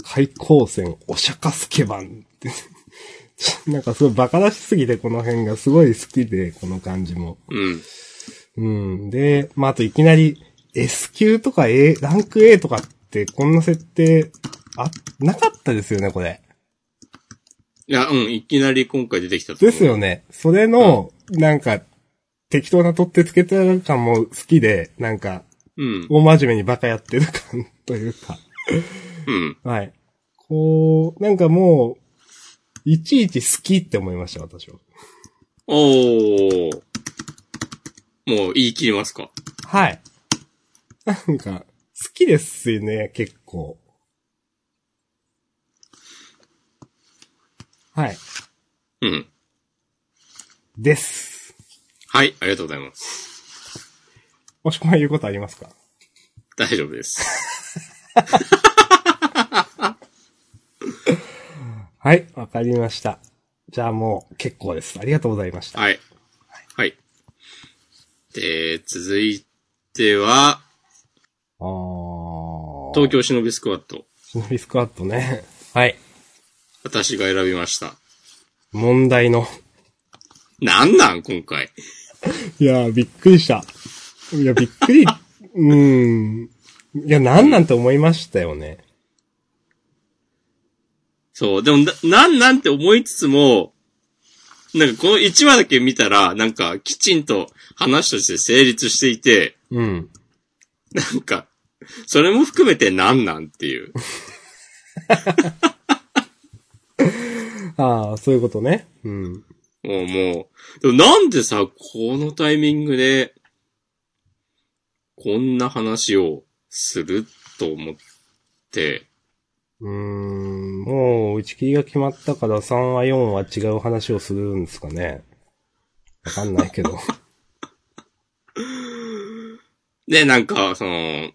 Speaker 2: 開高線お釈迦スケバンって、 なんかすごい馬鹿らしすぎてこの辺がすごい好きで、この感じも。
Speaker 1: うん。
Speaker 2: うん。で、まあ、あといきなり S 級とか A、ランク A とかってこんな設定、あ、なかったですよね、これ。
Speaker 1: いや、うん、いきなり今回出てきたと思
Speaker 2: で
Speaker 1: う
Speaker 2: すよね。それの、なんか、適当な取ってつけてある感も好きで、なんか、
Speaker 1: うん。
Speaker 2: 大真面目にバカやってる感 というか。
Speaker 1: うん。
Speaker 2: はい。こう、なんかもう、いちいち好きって思いました、私は。
Speaker 1: おー。もう言い切りますか。
Speaker 2: はい。なんか、好きですよね、結構。はい。
Speaker 1: うん。
Speaker 2: です。
Speaker 1: はい、ありがとうございます。
Speaker 2: もしくは言うことありますか
Speaker 1: 大丈夫です。
Speaker 2: はい、わかりました。じゃあもう結構です。ありがとうございました。
Speaker 1: はい。はい。で、続いては、
Speaker 2: あー
Speaker 1: 東。京忍びスクワット。
Speaker 2: 忍びスクワットね。はい。
Speaker 1: 私が選びました。
Speaker 2: 問題の。
Speaker 1: なんなん今回。
Speaker 2: いやー、びっくりした。いや、びっくり。 うーん。いや、なんなんて思いましたよね。
Speaker 1: そう。でもな、なんなんて思いつつも、なんかこの1話だけ見たら、なんかきちんと話として成立していて、
Speaker 2: うん。
Speaker 1: なんか、それも含めてなんなんっていう。
Speaker 2: ああ、そういうことね。うん。
Speaker 1: もうもう。でもなんでさ、このタイミングで、こんな話をすると思って、
Speaker 2: うーん、もう打ち切りが決まったから3話4話違う話をするんですかね。わかんないけど。
Speaker 1: で、なんか、その、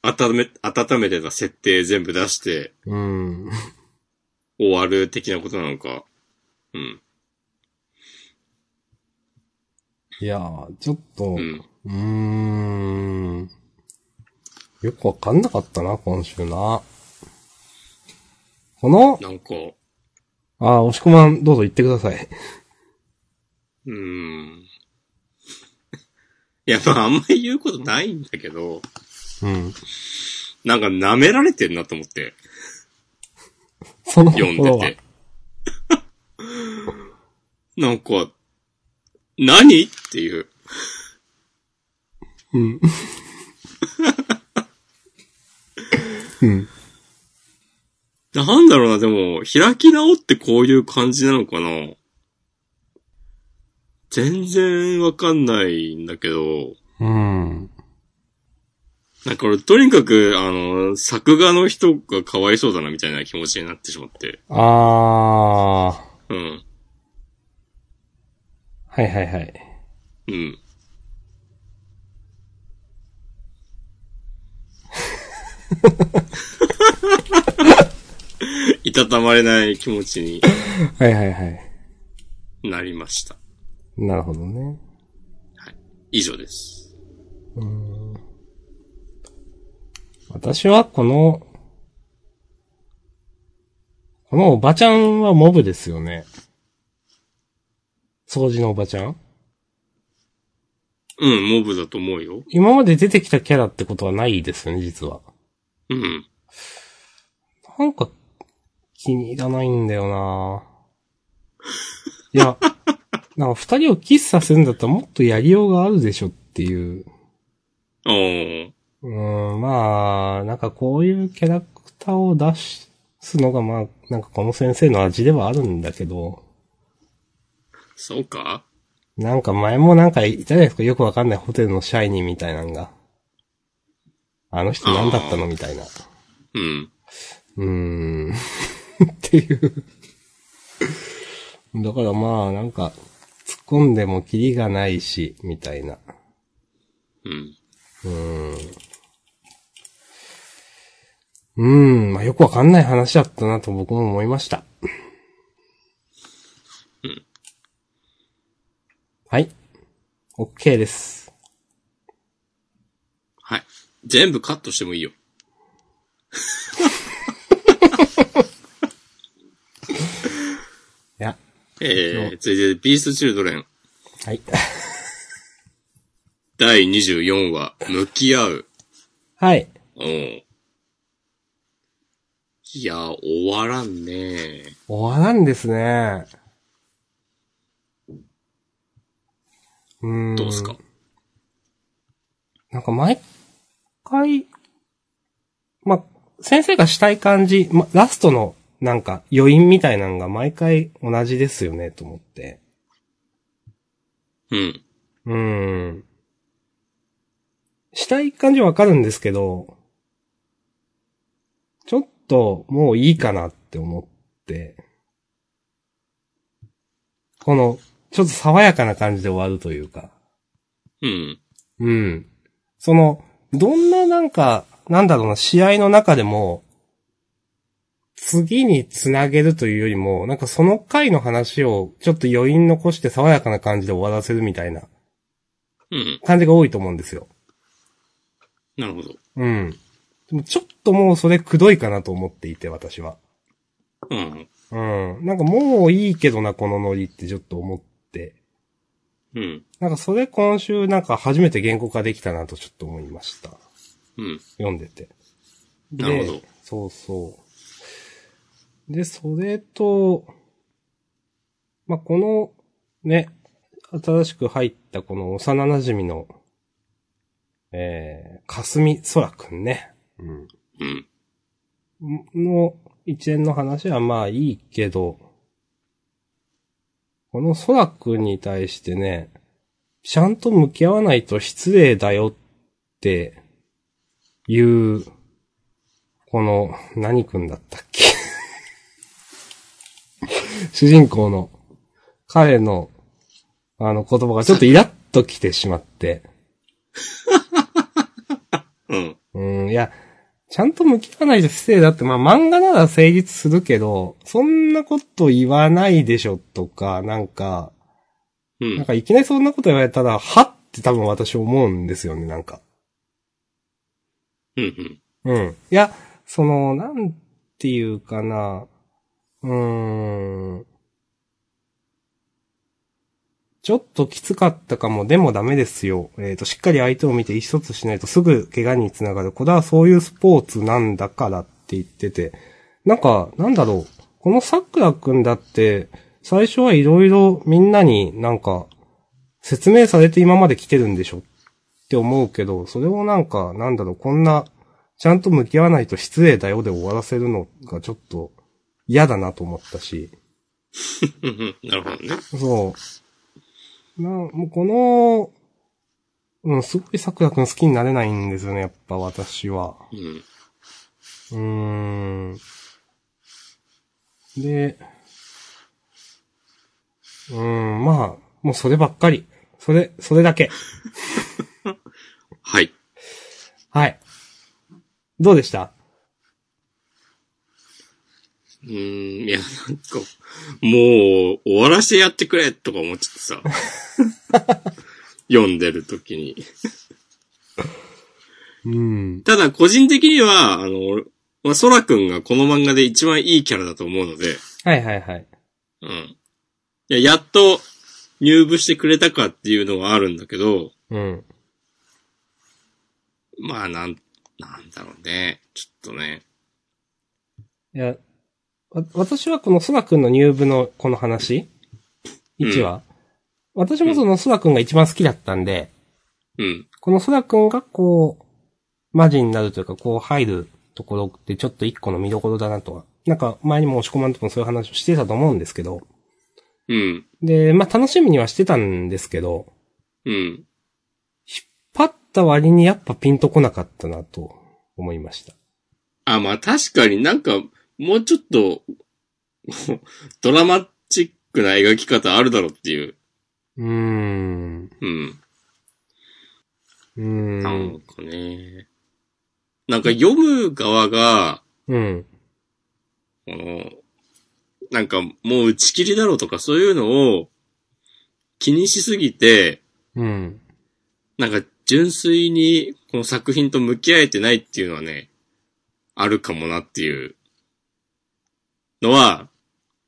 Speaker 1: 温め、温めてた設定全部出して
Speaker 2: うん。
Speaker 1: 終わる的なことなのか。うん。
Speaker 2: いやー、ちょっと、
Speaker 1: う。
Speaker 2: うんーん。よくわかんなかったな、今週な。この、
Speaker 1: なんか、
Speaker 2: あー、押し込まん、どうぞ言ってください。
Speaker 1: うーん。いや、まあ、あんまり言うことないんだけど、
Speaker 2: うん。
Speaker 1: なんか舐められてんなと思って、
Speaker 2: その
Speaker 1: 読ん
Speaker 2: 心は
Speaker 1: でて。なんか、何っていう。
Speaker 2: うん。うん。
Speaker 1: なんだろうな、でも、開き直ってこういう感じなのかな全然わかんないんだけど、
Speaker 2: うん。
Speaker 1: なんか俺、とにかく、あの、作画の人がかわいそうだな、みたいな気持ちになってしまって。
Speaker 2: あー。は
Speaker 1: うん。
Speaker 2: いはいはい。
Speaker 1: うん。いたたまれない気持ちに
Speaker 2: はいはいはい。
Speaker 1: なりました。
Speaker 2: なるほどね。
Speaker 1: 以上です。
Speaker 2: 私はこの、このおばちゃんはモブですよね。掃除のおばちゃん
Speaker 1: うん、モブだと思うよ。
Speaker 2: 今まで出てきたキャラってことはないですよね、実は。
Speaker 1: うん。
Speaker 2: なんか、気に入らないんだよないや、 なんか二人をキスさせるんだったらもっとやりようがあるでしょっていう。
Speaker 1: あー
Speaker 2: うーん、まあ、なんかこういうキャラクターを出すのがまあ、なんかこの先生の味ではあるんだけど、
Speaker 1: そうか
Speaker 2: なんか前もなんかいたじゃないですか、よくわかんないホテルのシャイニーみたいなのが。あの人何だったのみたいな。う
Speaker 1: うん。
Speaker 2: ーん。っていう。だからまあ、なんか、突っ込んでもキリがないし、みたいな。
Speaker 1: うん。
Speaker 2: うーん。うん、まあ、よくわかんない話だったなと僕も思いました。はい。OK です。
Speaker 1: はい。全部カットしてもいいよ。
Speaker 2: いや、
Speaker 1: えー、続いて、ビーストチルドレン
Speaker 2: はい。
Speaker 1: 第24話、向き合う。
Speaker 2: はい。
Speaker 1: うん。いや、終わらんね
Speaker 2: 終わらんですね。うーん。
Speaker 1: どうすか、
Speaker 2: なんか毎回、まあ、先生がしたい感じ、ま、ラストのなんか余韻みたいなのが毎回同じですよね、と思って。
Speaker 1: うん、
Speaker 2: うーん。したい感じわかるんですけど、ちょっともういいかなって思って、この、ちょっと爽やかな感じで終わるというか。
Speaker 1: うん。
Speaker 2: うん。その、どんななんか、なんだろうな、試合の中でも、次につなげるというよりも、なんかその回の話をちょっと余韻残して爽やかな感じで終わらせるみたいな
Speaker 1: うん。
Speaker 2: 感じが多いと思うんですよ。
Speaker 1: なるほど。
Speaker 2: うん。でもちょっともうそれくどいかなと思っていて、私は。
Speaker 1: うん。
Speaker 2: うん。なんかもういいけどな、このノリってちょっと思って。
Speaker 1: うん。
Speaker 2: なんかそれ今週なんか初めて言語化できたなとちょっと思いました。
Speaker 1: うん。
Speaker 2: 読んでて。
Speaker 1: なるほど
Speaker 2: で。そうそう。で、それと、まあ、この、ね、新しく入ったこの幼馴染の、えー、かすみそらくんね。うん。
Speaker 1: うん。
Speaker 2: の一連の話はまあいいけど、このソラ君に対してね、ちゃんと向き合わないと失礼だよって、いう、この、何君だったっけ 主人公の、彼の、あの言葉がちょっとイラッときてしまって、
Speaker 1: うん。
Speaker 2: うん、いや、ちゃんと向き合わないと失礼だって、まあ漫画なら成立するけど、そんなこと言わないでしょとか、なんか、
Speaker 1: う
Speaker 2: なん
Speaker 1: ん。
Speaker 2: かいきなりそんなこと言われたら、はって多分私思うんですよね、なんか。
Speaker 1: うん。
Speaker 2: うん。いや、その、なんていうかな、うーん。ちょっときつかったかも、でもダメですよ。えっ、と、しっかり相手を見て意思疎通しないとすぐ怪我につながる。これはそういうスポーツなんだからって言ってて。なんか、なんだろう。この桜くんだって、最初はいろいろみんなになんか、説明されて今まで来てるんでしょって思うけど、それをなんか、なんだろう、こんな、ちゃんと向き合わないと失礼だよで終わらせるのがちょっと嫌だなと思ったし。
Speaker 1: うん。なるほどね。
Speaker 2: そう。な、もうこの、うん、すごい桜くん好きになれないんですよね、やっぱ私は。
Speaker 1: うん。
Speaker 2: うーん。で、うーん、まあ、もうそればっかり。それ、それだけ。
Speaker 1: はい。
Speaker 2: はい。どうでした
Speaker 1: うーん、いや、なんか、もう、終わらせてやってくれとか思っちゃってさ。 読んでる時に。
Speaker 2: うん。
Speaker 1: ただ、個人的には、あの、俺まあ、ソラくんがこの漫画で一番いいキャラだと思うので、
Speaker 2: はいはいはい。
Speaker 1: うん。いや、やっと入部してくれたかっていうのはあるんだけど、
Speaker 2: うん。
Speaker 1: まあ、なん、なんだろうね。ちょっとね。
Speaker 2: いや、わ私はこの空くんの入部のこの話、1話、私もその空くんが一番好きだったんで、
Speaker 1: うん。
Speaker 2: この空くんがこう、マジになるというか、こう入るところってちょっと一個の見どころだなとは。なんか前にも押し込まんともそういう話をしてたと思うんですけど、
Speaker 1: うん。
Speaker 2: で、まあ楽しみにはしてたんですけど、
Speaker 1: うん。
Speaker 2: パッた割にやっぱピンとこなかったなと思いました。
Speaker 1: あ、まあ確かになんか、もうちょっと、 ドラマチックな描き方あるだろうっていう。
Speaker 2: うーん。
Speaker 1: うん。
Speaker 2: うー。
Speaker 1: なんんかね。なんか読む側が、
Speaker 2: うん。
Speaker 1: この、なんかもう打ち切りだろうとかそういうのを気にしすぎて、
Speaker 2: うん。
Speaker 1: なんか純粋にこの作品と向き合えてないっていうのはね、あるかもなっていうのは、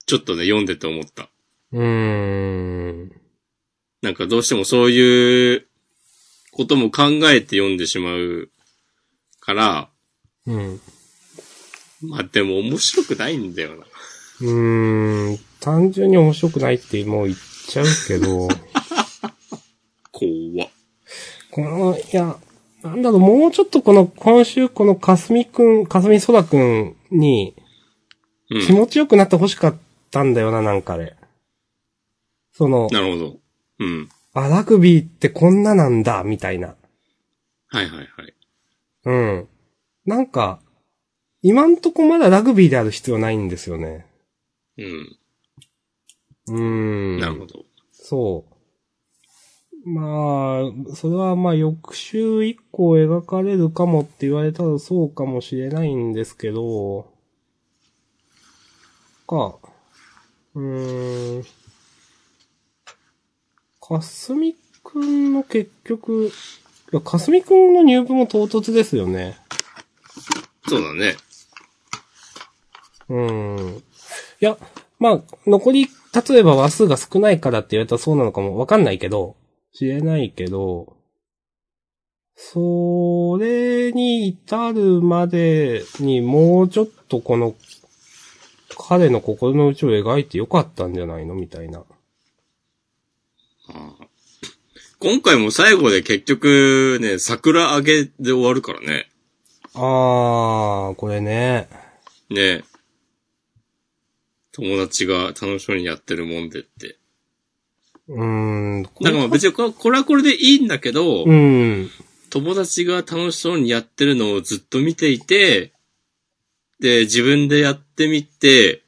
Speaker 1: ちょっとね、読んでて思った。
Speaker 2: うーん。
Speaker 1: なんかどうしてもそういうことも考えて読んでしまうから、
Speaker 2: うん。
Speaker 1: まあでも面白くないんだよな。
Speaker 2: うーん。単純に面白くないってもう言っちゃうけど、
Speaker 1: 怖っ。
Speaker 2: この、いや、なんだろう、もうちょっとこの、今週このかすみくん、かすみそだくんに
Speaker 1: う
Speaker 2: 気
Speaker 1: ん。
Speaker 2: 持ちよくなってほしかったんだよな、なんかあれ。その、
Speaker 1: なるほど。うん。
Speaker 2: あ、ラグビーってこんななんだ、みたいな。
Speaker 1: はいはいはい。
Speaker 2: うん。なんか、今んとこまだラグビーである必要ないんですよね。
Speaker 1: うん。
Speaker 2: うーん。
Speaker 1: なるほど。
Speaker 2: そう。まあ、それはまあ翌週以降描かれるかもって言われたらそうかもしれないんですけど、か、うーん、かすみくんの結局、いやかすみくんの入部も唐突ですよね。
Speaker 1: そうだね。
Speaker 2: うん。いや、まあ、残り、例えば話数が少ないからって言われたらそうなのかもわかんないけど、知れないけど、それに至るまでにもうちょっとこの、彼の心の内を描いてよかったんじゃないのみたいな。
Speaker 1: ああ今回も最後で結局ね、桜揚げで終わるからね。
Speaker 2: あー、これね。
Speaker 1: ね友達が楽しそうにやってるもんでって。
Speaker 2: うーん。こ
Speaker 1: なんかまあ別にここれはこれでいいんだけど、
Speaker 2: うん。
Speaker 1: 友達が楽しそうにやってるのをずっと見ていて、で、自分でやってみて、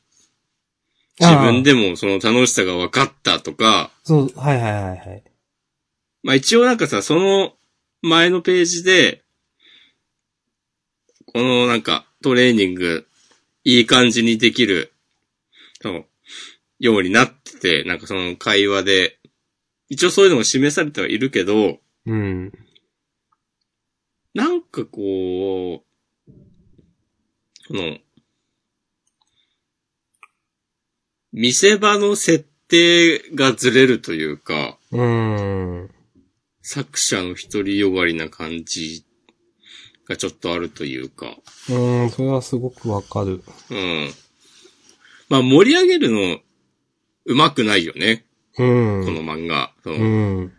Speaker 1: 自分でもその楽しさが分かったとか、
Speaker 2: そう、はいはいはいはい。
Speaker 1: まあ一応なんかさ、その前のページで、このなんかトレーニング、いい感じにできる、その、ようになってて、なんかその会話で、一応そういうのも示されてはいるけど、
Speaker 2: うん。
Speaker 1: なんかこう、その、見せ場の設定がずれるというか、
Speaker 2: うーん。
Speaker 1: 作者の一人よがりな感じがちょっとあるというか、
Speaker 2: うーん、それはすごくわかる。
Speaker 1: うん。まあ盛り上げるの、うまくないよね、
Speaker 2: うん。
Speaker 1: この漫画。その
Speaker 2: うん。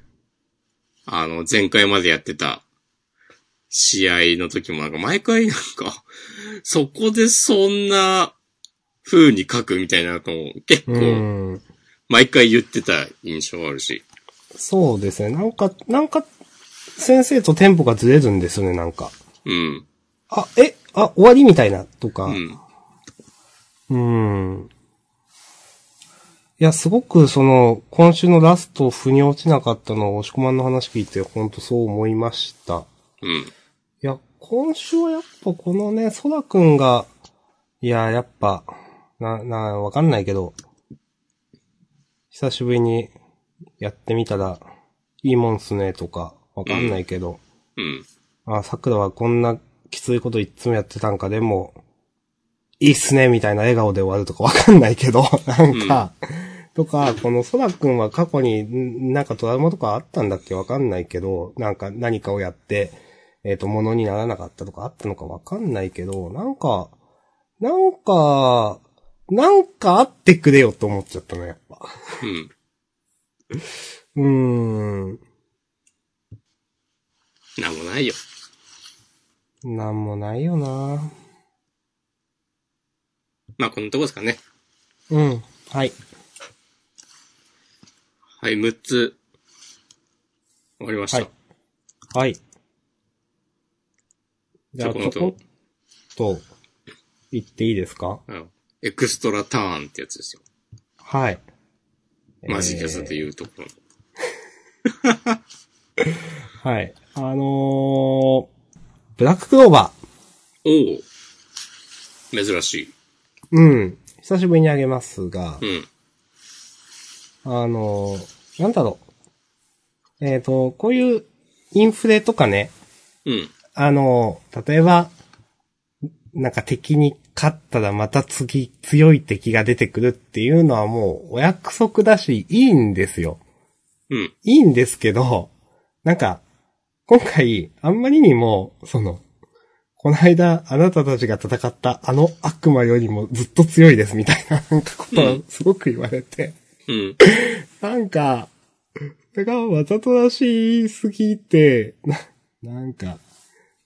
Speaker 1: あの、前回までやってた試合の時もなんか毎回なんか、 そこでそんな風に書くみたいなのを結
Speaker 2: う
Speaker 1: 構
Speaker 2: ん。
Speaker 1: 毎回言ってた印象あるし。
Speaker 2: そうですね。なんか、なんか、先生とテンポがずれるんですよね、なんか。
Speaker 1: うん。
Speaker 2: あ、え、あ、終わりみたいな、とか
Speaker 1: う。ん。
Speaker 2: うん。いや、すごくその、今週のラスト、腑に落ちなかったのを、押し込まんの話聞いて、ほんとそう思いました。
Speaker 1: うん。
Speaker 2: いや、今週はやっぱこのね、ソラくんが、いや、やっぱ、な、な、わかんないけど、久しぶりにやってみたら、いいもんっすね、とか、わかんないけど、
Speaker 1: うん。
Speaker 2: あ、桜はこんなきついこといっつもやってたんか、でも、いいっすね、みたいな笑顔で終わるとかわかんないけど、 なんか、とか、この空くんは過去にんなんかトラウマとかあったんだっけわかんないけど、なんか何かをやって、えっ、と、物にならなかったとかあったのかわかんないけど、なんか、なんか、なんかあってくれよと思っちゃったの、やっぱ。
Speaker 1: うん。
Speaker 2: うーん。
Speaker 1: なんもないよ。
Speaker 2: なんもないよな
Speaker 1: まあこのとこですかね。
Speaker 2: うん。はい。
Speaker 1: はい、6つ。終わりました。
Speaker 2: はいはい。じゃあ、
Speaker 1: ち
Speaker 2: ち
Speaker 1: ょ
Speaker 2: ょ
Speaker 1: こん
Speaker 2: こっと、言っていいですか
Speaker 1: あのエクストラターンってやつですよ。
Speaker 2: はい。
Speaker 1: マジキャスでいうところ。
Speaker 2: はい。あのー、ブラッククローバ
Speaker 1: おおう珍しい。
Speaker 2: うん。久しぶりにあげますが、
Speaker 1: うん。
Speaker 2: あの、なんだろう。えっ、と、こういうインフレとかね、
Speaker 1: うん。
Speaker 2: あの、例えば、なんか敵に勝ったらまた次強い敵が出てくるっていうのはもうお約束だしいいんですよ。
Speaker 1: うん。
Speaker 2: いいんですけど、なんか、今回あんまりにも、その、この間あなたたちが戦ったあの悪魔よりもずっと強いですみたいな なんかことをすごく言われて、
Speaker 1: うん。
Speaker 2: なんか、それがわざとらしすぎて、な、なんか、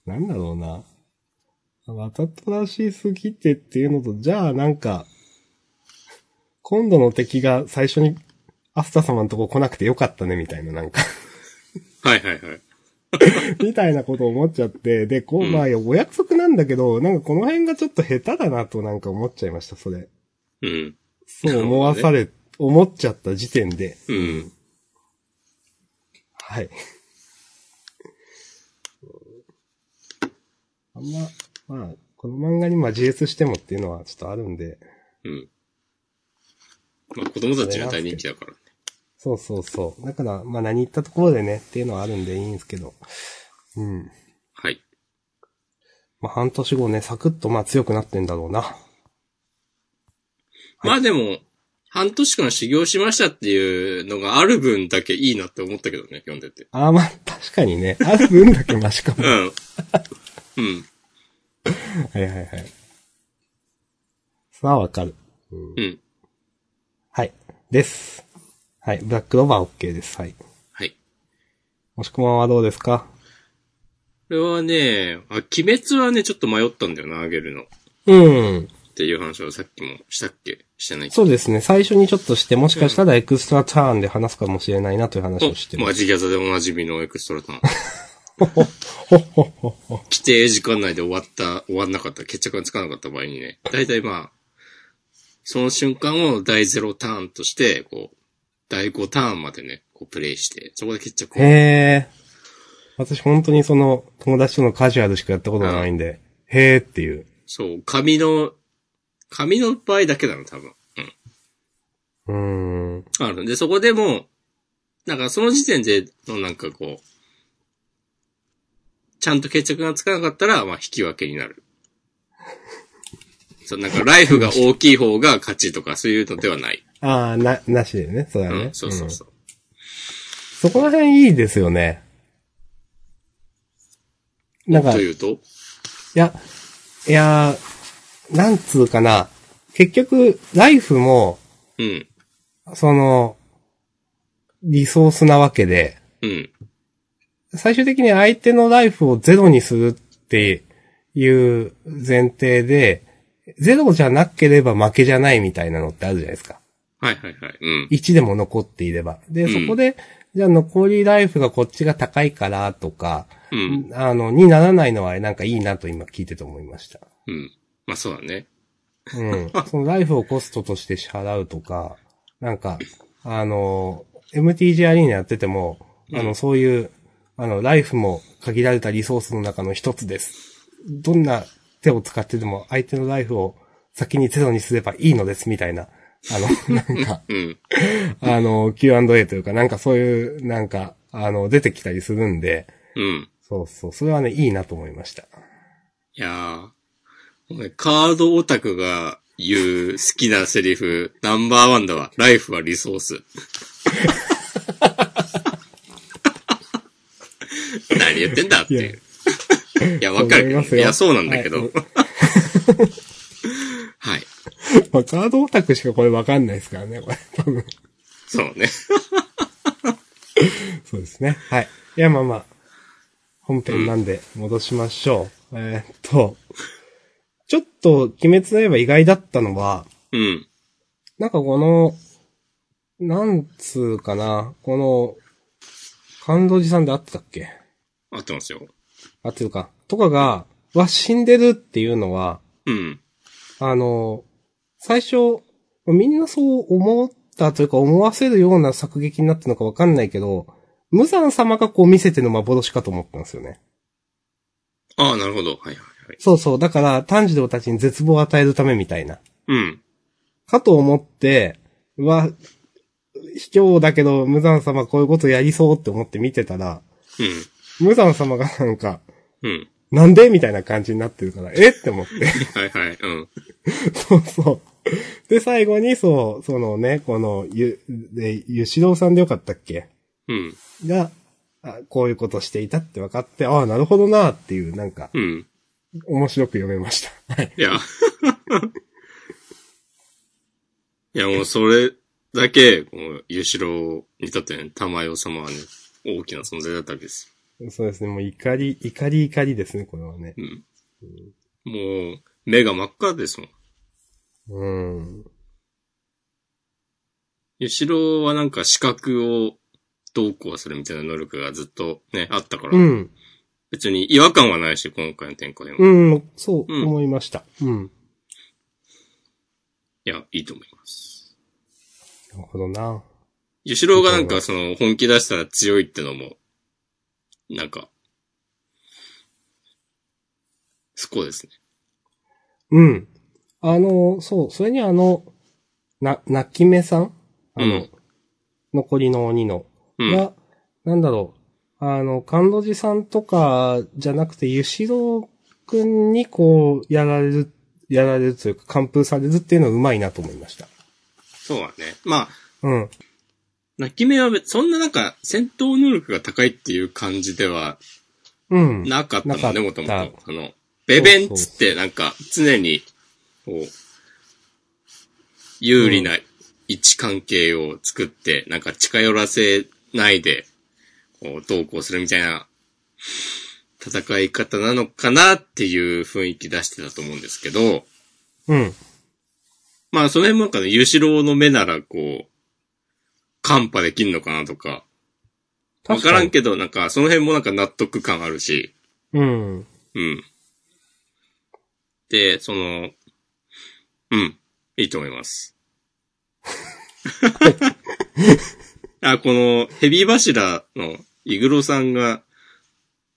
Speaker 2: なんだろうな。わざとらしすぎてっていうのと、じゃあなんか、今度の敵が最初にアスタ様のとこ来なくてよかったねみたいななんか、
Speaker 1: はいはいはい。
Speaker 2: みたいなことを思っちゃって、で、こう、まあ、お約束なんだけど、なんかこの辺がちょっと下手だなとなんか思っちゃいました、それ。
Speaker 1: うん。
Speaker 2: そう思わされ、思っちゃった時点で。
Speaker 1: うん。
Speaker 2: はい。あんま、まあ、この漫画にまあ自立してもっていうのはちょっとあるんで、
Speaker 1: うん。まあ子供たちには大人気だからね。
Speaker 2: そうそうそう。だから、まあ何言ったところでねっていうのはあるんでいいんですけど、うん。
Speaker 1: はい。
Speaker 2: まあ半年後ね、サクッとまあ強くなってんだろうな。
Speaker 1: まあでも、半年間修行しましたっていうのがある分だけいいなって思ったけどね、読んでて。
Speaker 2: ああまあ確かにね、ある分だけマシかも
Speaker 1: う。ん。うん。
Speaker 2: はいはいはい。それはわかる。
Speaker 1: うん。
Speaker 2: はい。です。はい。ブラックローバー OK です。はい。
Speaker 1: はい。
Speaker 2: もしくまはどうですか
Speaker 1: これはね、あ、鬼滅はね、ちょっと迷ったんだよな、あげるの。っ
Speaker 2: うん。
Speaker 1: ていう話をさっきもしたっけしてないっけ
Speaker 2: そうですね。最初にちょっとして、もしかしたらエクストラターンで話すかもしれないなという話をして
Speaker 1: お
Speaker 2: ま
Speaker 1: マ
Speaker 2: す。
Speaker 1: ジギャザでおなじみのエクストラタ ーン。
Speaker 2: ほっほっほっほ
Speaker 1: 規定時間内で終わった、終わんなかった、決着がつかなかった場合にね、大体まあ、その瞬間を第0ターンとして、こう、第5ターンまでね、こうプレイして、そこで決着を。
Speaker 2: へえ。私本当にその友達とのカジュアルしかやったことがないんで、へーっていう。
Speaker 1: そう、紙の、紙の場合だけだな、多分。うん。
Speaker 2: うーん。
Speaker 1: ある。で、そこでもう、なんかその時点でのなんかこう、ちゃんと決着がつかなかったら、まあ引き分けになる。そう、なんかライフが大きい方が勝ちとかそういうのではない。
Speaker 2: ああ、な、なしでね。そうだね。
Speaker 1: うん、そうそうそう。
Speaker 2: うんそこら辺いいですよね。なんか、
Speaker 1: と
Speaker 2: い
Speaker 1: いうと
Speaker 2: や、いやー、なんつうかな。結局、ライフも、
Speaker 1: うん。
Speaker 2: その、リソースなわけで、
Speaker 1: うん。
Speaker 2: 最終的に相手のライフをゼロにするっていう前提で、ゼロじゃなければ負けじゃないみたいなのってあるじゃないですか。
Speaker 1: はいはいはい。うん。
Speaker 2: 1でも残っていれば。で、
Speaker 1: うん
Speaker 2: そこで、じゃあ残りライフがこっちが高いからとか、
Speaker 1: うん。
Speaker 2: あの、にならないのはあれなんかいいなと今聞いてて思いました。
Speaker 1: うん。まあそうだね。
Speaker 2: うん。 そのライフをコストとして支払うとか、なんか、あの、MTG アリーナやってても、あの、そういう、あの、ライフも限られたリソースの中の一つです。どんな手を使ってでも相手のライフを先にゼロにすればいいのです、みたいな。あ の、なんか、
Speaker 1: うん。
Speaker 2: あの、Q&A というか、なんかそういう、なんか、あの、出てきたりするんで、
Speaker 1: うん。
Speaker 2: そうそう、それはね、いいなと思いました。
Speaker 1: いやー。お前カードオタクが言う好きなセリフ、ナンバーワンだわ。ライフはリソース。 何言ってんだっていう。いや、わかる
Speaker 2: 思いま
Speaker 1: け
Speaker 2: す
Speaker 1: ど。
Speaker 2: よ
Speaker 1: いや、そうなんだけど。
Speaker 2: はい
Speaker 1: はい。
Speaker 2: まあ、カードオタクしかこれわかんないですからね、これ。多分。
Speaker 1: そうね。
Speaker 2: そうですね。はい。いや、まあまあ、本編なんで戻しましょう。えーっと、ちょっと、鬼滅の刃意外だったのは、
Speaker 1: うん。
Speaker 2: なんかこの、なんつうかな、この、感動寺さんで合ってたっけ
Speaker 1: 合ってますよ。
Speaker 2: 合ってるか。とかが、わ、死んでるっていうのは、
Speaker 1: うん。
Speaker 2: あの、最初、みんなそう思ったというか思わせるような作劇になったのかわかんないけど、無惨様がこう見せての幻かと思ったんですよね。
Speaker 1: ああ、なるほど。はいはいはい。はい。
Speaker 2: そうそう。だから、炭治郎たちに絶望を与えるためみたいな。
Speaker 1: うん。
Speaker 2: かと思って、うわ、卑怯だけど、無惨様こういうことやりそうって思って見てたら、無惨様がなんか、
Speaker 1: うん。うん。
Speaker 2: なんでみたいな感じになってるから、えって思って。
Speaker 1: はいはい。うん。
Speaker 2: そうそう。で、最後に、そう、そのね、この、ゆ、で、ゆしろうさんでよかったっけ
Speaker 1: うん。
Speaker 2: が、あこういうことしていたって分かって、ああ、なるほどなっていう、なんか、
Speaker 1: うん。
Speaker 2: 面白く読めました。はい。
Speaker 1: いや。いやもうそれだけ、こう、ゆしろにとってね、玉代様はね、大きな存在だったわけです
Speaker 2: そうですね、もう怒り、怒り怒りですね、これはね。
Speaker 1: よ。うん。もう、目が真っ赤ですもん。
Speaker 2: うん。
Speaker 1: ゆしろはなんか視覚をどうこうするみたいな能力がずっとね、あったから、
Speaker 2: うん。
Speaker 1: 別に違和感はないし、今回の展開も。い
Speaker 2: うん、そう
Speaker 1: うん
Speaker 2: 思いました。うん。
Speaker 1: や、いいと思います。
Speaker 2: なるほどな。
Speaker 1: ゆしろがなんかその本気出したら強いってのも、なんか、そこですね。
Speaker 2: うん。あの、そう、それにあの、な、泣き目さんあの、
Speaker 1: うん
Speaker 2: 残りの鬼の。
Speaker 1: うん。
Speaker 2: が、なんだろう。あの、甘露寺さんとかじゃなくて、ゆしろうくんにこう、やられる、やられるというか、完封されるっていうのはうまいなと思いました。
Speaker 1: そうだね。まあ、
Speaker 2: うん。
Speaker 1: 泣き目は別そんななんか戦闘能力が高いっていう感じでは
Speaker 2: うん。
Speaker 1: なかったもんね、
Speaker 2: な
Speaker 1: もと
Speaker 2: かっ
Speaker 1: も
Speaker 2: た
Speaker 1: と。あの、ベベンっつってなんか常に、こう、有利な位置関係を作って、なんか近寄らせないで、こう、同行するみたいな戦い方なのかなっていう雰囲気出してたと思うんですけど、
Speaker 2: うん。
Speaker 1: まあ、その辺もなんかね、ゆしろうの目なら、こう、カンパできんのかなとか、わからんけど、なんか、その辺もなんか納得感あるし、
Speaker 2: うん。
Speaker 1: うん。で、その、うん、いいと思います。あ、この、ヘビー柱のイグロさんが、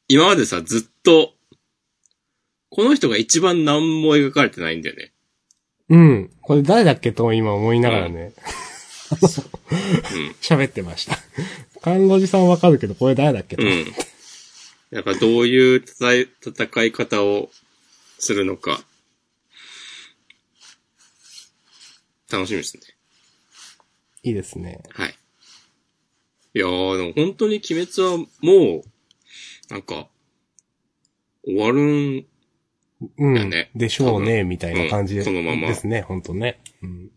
Speaker 1: 今までさ、ずっと、この人が一番何も描かれてないんだよね。
Speaker 2: うん。これ誰だっけと今思いながらね、
Speaker 1: うん。
Speaker 2: 喋ってました。甘露寺さんわかるけど、これ誰だっけと
Speaker 1: うん。やっぱどういう戦い戦い方をするのか、楽しみですね。
Speaker 2: いいですね。
Speaker 1: はい。いやー、でも本当に鬼滅はもう、なんか、終わるん、
Speaker 2: うん。
Speaker 1: だね
Speaker 2: でしょうね、
Speaker 1: 多分
Speaker 2: みたいな感じで,、
Speaker 1: うんそのまま
Speaker 2: ですね、ほんとね。うん。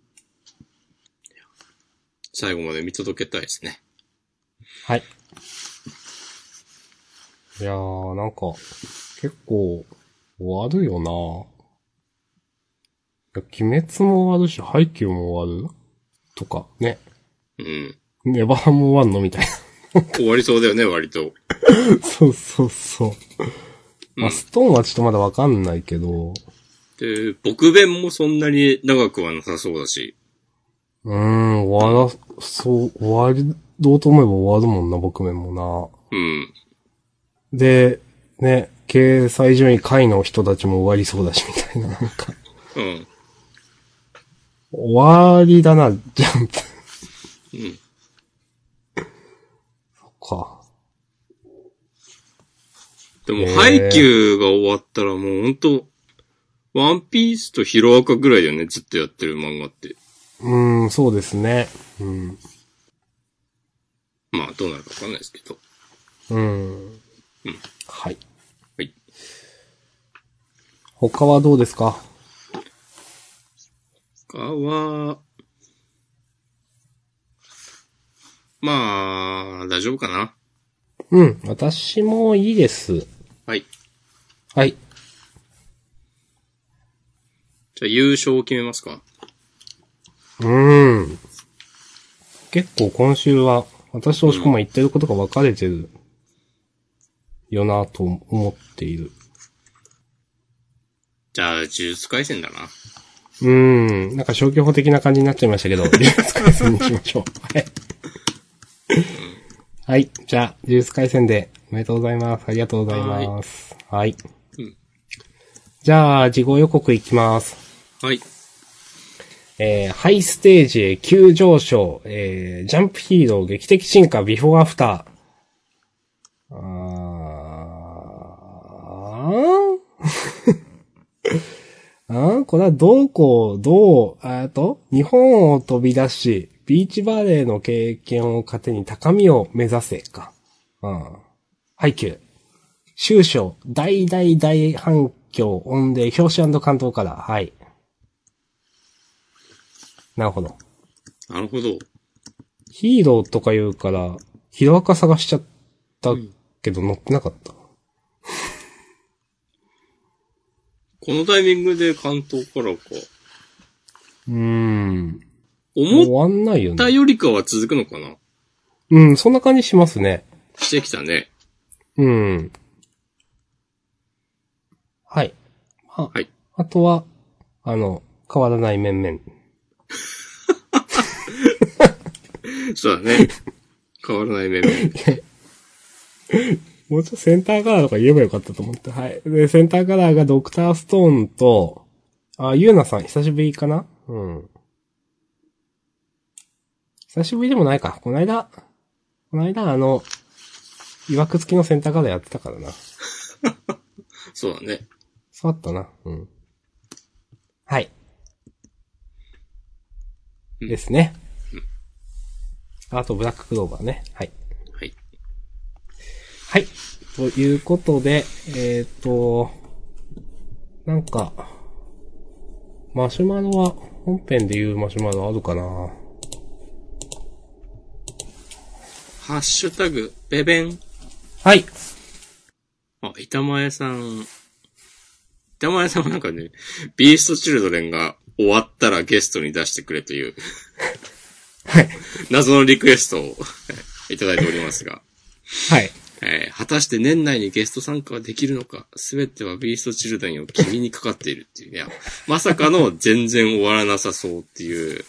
Speaker 1: 最後まで見届けたいですね。
Speaker 2: はい。いやー、なんか、結構、終わるよないや鬼滅も終わるし、ハイキューも終わるとか、ね。
Speaker 1: うん。
Speaker 2: ネバハンも終わんのみたい
Speaker 1: 終わりそうだよね、割と。
Speaker 2: な。そうそうそう。ま
Speaker 1: うん
Speaker 2: あ、ストーンはちょっとまだわかんないけど、
Speaker 1: で、僕弁もそんなに長くはなさそうだし。
Speaker 2: うーん、終わら、そう、終わり、どうと思えば終わるもんな、僕面も
Speaker 1: うん。
Speaker 2: な。で、ね、掲載順位下位の人たちも終わりそうだし、みたいな、 なんか。
Speaker 1: うん。
Speaker 2: 終わりだな、ジャンプ。
Speaker 1: うん。
Speaker 2: か。
Speaker 1: でも
Speaker 2: ね、え
Speaker 1: ハイキューが終わったらもうほんと、ワンピースとヒロアカぐらいだよね、ずっとやってる漫画って。
Speaker 2: うーん、そうですね。うん。
Speaker 1: まあ、どうなるかわかんないですけど。
Speaker 2: うん。はい。
Speaker 1: はい。
Speaker 2: 他はどうですか
Speaker 1: 他は、まあ、大丈夫かな。
Speaker 2: うん、私もいいです。
Speaker 1: はい。
Speaker 2: はい。
Speaker 1: じゃあ優勝を決めますか。
Speaker 2: うーん。結構今週は、私と押し込ま言ってることが分かれてる、よなと思っている。
Speaker 1: じゃあ、呪術回戦だな。
Speaker 2: うーん。なんか消去法的な感じになっちゃいましたけ ど、ジュース回戦にしましょう。はい。はい。じゃあ、ジュース回戦でおめでとうございます。ありがとうございます。はい。
Speaker 1: うん
Speaker 2: じゃあ、事後予告いきます。
Speaker 1: はい。
Speaker 2: えーハイステージへ急上昇、えージャンプヒーロー劇的進化ビフォーアフター。あーあーこれはどうこう、どう、あーと、日本を飛び出し、ビーチバレーの経験を糧に高みを目指せか。うん。配給。終章、大大大反響、御礼、表紙関東から。はい。なるほど。
Speaker 1: なるほど。
Speaker 2: ヒーローとか言うから、ヒロアカ探しちゃったけど乗ってなかった。
Speaker 1: このタイミングで関東からか。
Speaker 2: うーん。終
Speaker 1: 思っ
Speaker 2: わんないよ
Speaker 1: た
Speaker 2: ね。
Speaker 1: よりかは続くのかな
Speaker 2: うん、そんな感じしますね。
Speaker 1: してきたね。
Speaker 2: うん。はい。あ、
Speaker 1: はい
Speaker 2: あとは、あの、変わらない面々。
Speaker 1: そうだね。変わらない面々。
Speaker 2: もうちょっとセンターカラーとか言えばよかったと思って。はい。で、センターカラーがドクターストーンと、あ、ゆうなさん、久しぶりかなうん。久しぶりでもないか。この間、この間あの、曰く付きのセンターカラーやってたからな。
Speaker 1: そうだね。
Speaker 2: そうだったな。うん。はい。
Speaker 1: うん
Speaker 2: ですね。あと、ブラッククローバーね。はい。
Speaker 1: はい。
Speaker 2: はい。ということで、えっ、と、なんか、マシュマロは、本編で言うマシュマロあるかな
Speaker 1: ハッシュタグ、ベベン。
Speaker 2: はい。
Speaker 1: あ、板前さん。板前さんはなんかね、ビーストチルドレンが終わったらゲストに出してくれという、
Speaker 2: はい。
Speaker 1: 謎のリクエストをいただいておりますが、
Speaker 2: はい。
Speaker 1: えー果たして年内にゲスト参加はできるのか、すべてはビーストチルドレンを君にかかっているっていうね、まさかの全然終わらなさそうっていう、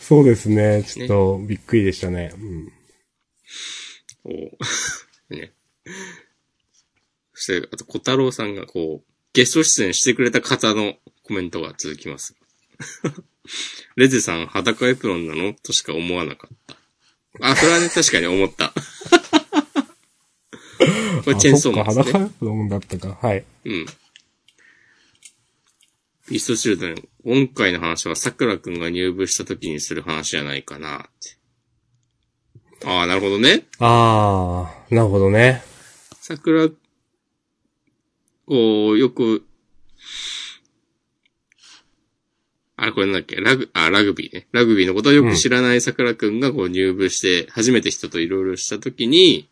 Speaker 2: そうですね。ちょっと、びっくりでしたね。うん。
Speaker 1: こう、 ね。そして、あと、小太郎さんが、こう、ゲスト出演してくれた方のコメントが続きます。 レズさん、裸エプロンなのとしか思わなかった。あ、それはね、確かに思 った。これ、チェーンソーマ
Speaker 2: あ
Speaker 1: ン
Speaker 2: そ
Speaker 1: で
Speaker 2: っ
Speaker 1: す
Speaker 2: か、裸
Speaker 1: ね。
Speaker 2: のもんだったか。はい。
Speaker 1: うん。ビーストチルドレン、今回の話は桜くんが入部した時にする話じゃないかなって。ああ、なるほどね。
Speaker 2: あー、なるほどね。
Speaker 1: 桜、こう、よく、あれこれなんだっけラグ、あ、ラグビーね。ラグビーのことをよく知らない桜くんがこう入部して、初めて人といろいろしたときに、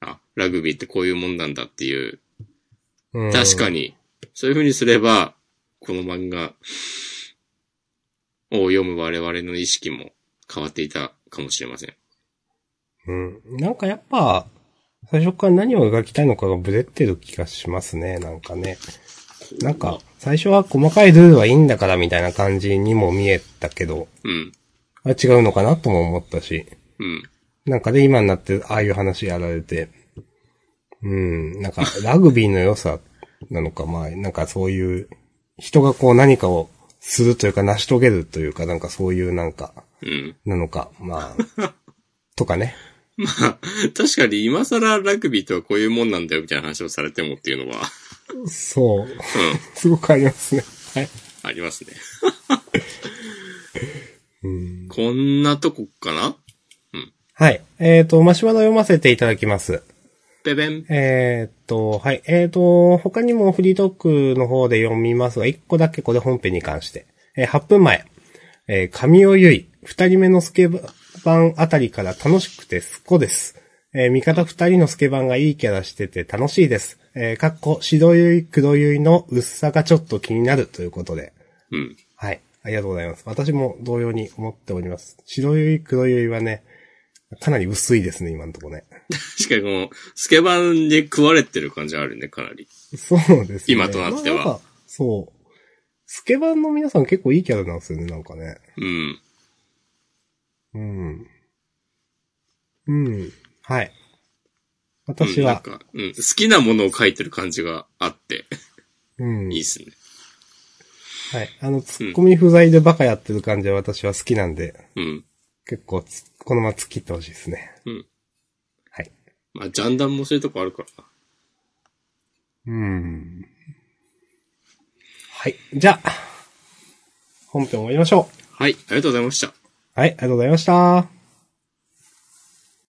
Speaker 1: あ、ラグビーってこういうもんなんだっていう。
Speaker 2: うん、
Speaker 1: 確か
Speaker 2: に。
Speaker 1: に。そういう風にすれば、この漫画を読む我々の意識も変わっていたかもしれません。
Speaker 2: うん。なんかやっぱ、最初から何を描きたいのかがブレってる気がしますね。なんかね。なんか、最初は細かいルールはいいんだからみたいな感じにも見えたけど、
Speaker 1: うん。
Speaker 2: あ違うのかなとも思ったし。
Speaker 1: うん。
Speaker 2: なんかで今になってああいう話やられて、うん、なんかラグビーの良さなのか、まあ、なんかそういう、人がこう何かをするというか成し遂げるというか、なんかそういうなんか、
Speaker 1: うん。
Speaker 2: なのか、まあ、とかね。
Speaker 1: まあ、確かに今更ラグビーとはこういうもんなんだよみたいな話をされてもっていうのは、 う
Speaker 2: そう。
Speaker 1: ん、
Speaker 2: すごくありますね。はい。
Speaker 1: ありますね。
Speaker 2: うん
Speaker 1: こんなとこかな
Speaker 2: はい。えっ、と、マシュマロ読ませていただきます。
Speaker 1: ペペン。
Speaker 2: えっ、と、はい。えっ、と、他にもフリートークの方で読みますが、1個だけこれ本編に関して。えー8分前。えー、神尾ゆい、2人目のスケバンあたりから楽しくてすっこです。えー味方2人のスケバンがいいキャラしてて楽しいです。えーかっこ、白ゆい、黒ゆいの薄さがちょっと気になるということで。
Speaker 1: うん。
Speaker 2: はい。ありがとうございます。私も同様に思っております。白ゆい、黒ゆいはね、かなり薄いですね、今のところね。
Speaker 1: 確かにこの、スケバンに食われてる感じあるね、かなり。
Speaker 2: そうですね。
Speaker 1: 今となっては
Speaker 2: まあなんかそう。スケバンの皆さん結構いいキャラなんですよね、なんかね。
Speaker 1: うん。
Speaker 2: うん。うん。はい。
Speaker 1: うん
Speaker 2: 私
Speaker 1: なん
Speaker 2: は、
Speaker 1: か、うん。好きなものを書いてる感じがあって、
Speaker 2: うん。
Speaker 1: いいっすね。
Speaker 2: はい。あの、ツッコミ不在でバカやってる感じは私は好きなんで、
Speaker 1: うん。
Speaker 2: 結構つ、このまま突っ切ってほしいですね。
Speaker 1: うん。
Speaker 2: はい。
Speaker 1: まあ、ジャンダンもそういうとこあるからな。
Speaker 2: うん。はい。じゃあ、本編終わりましょ
Speaker 1: はい、ありがとうございました。
Speaker 2: う。はい、ありがとうございました。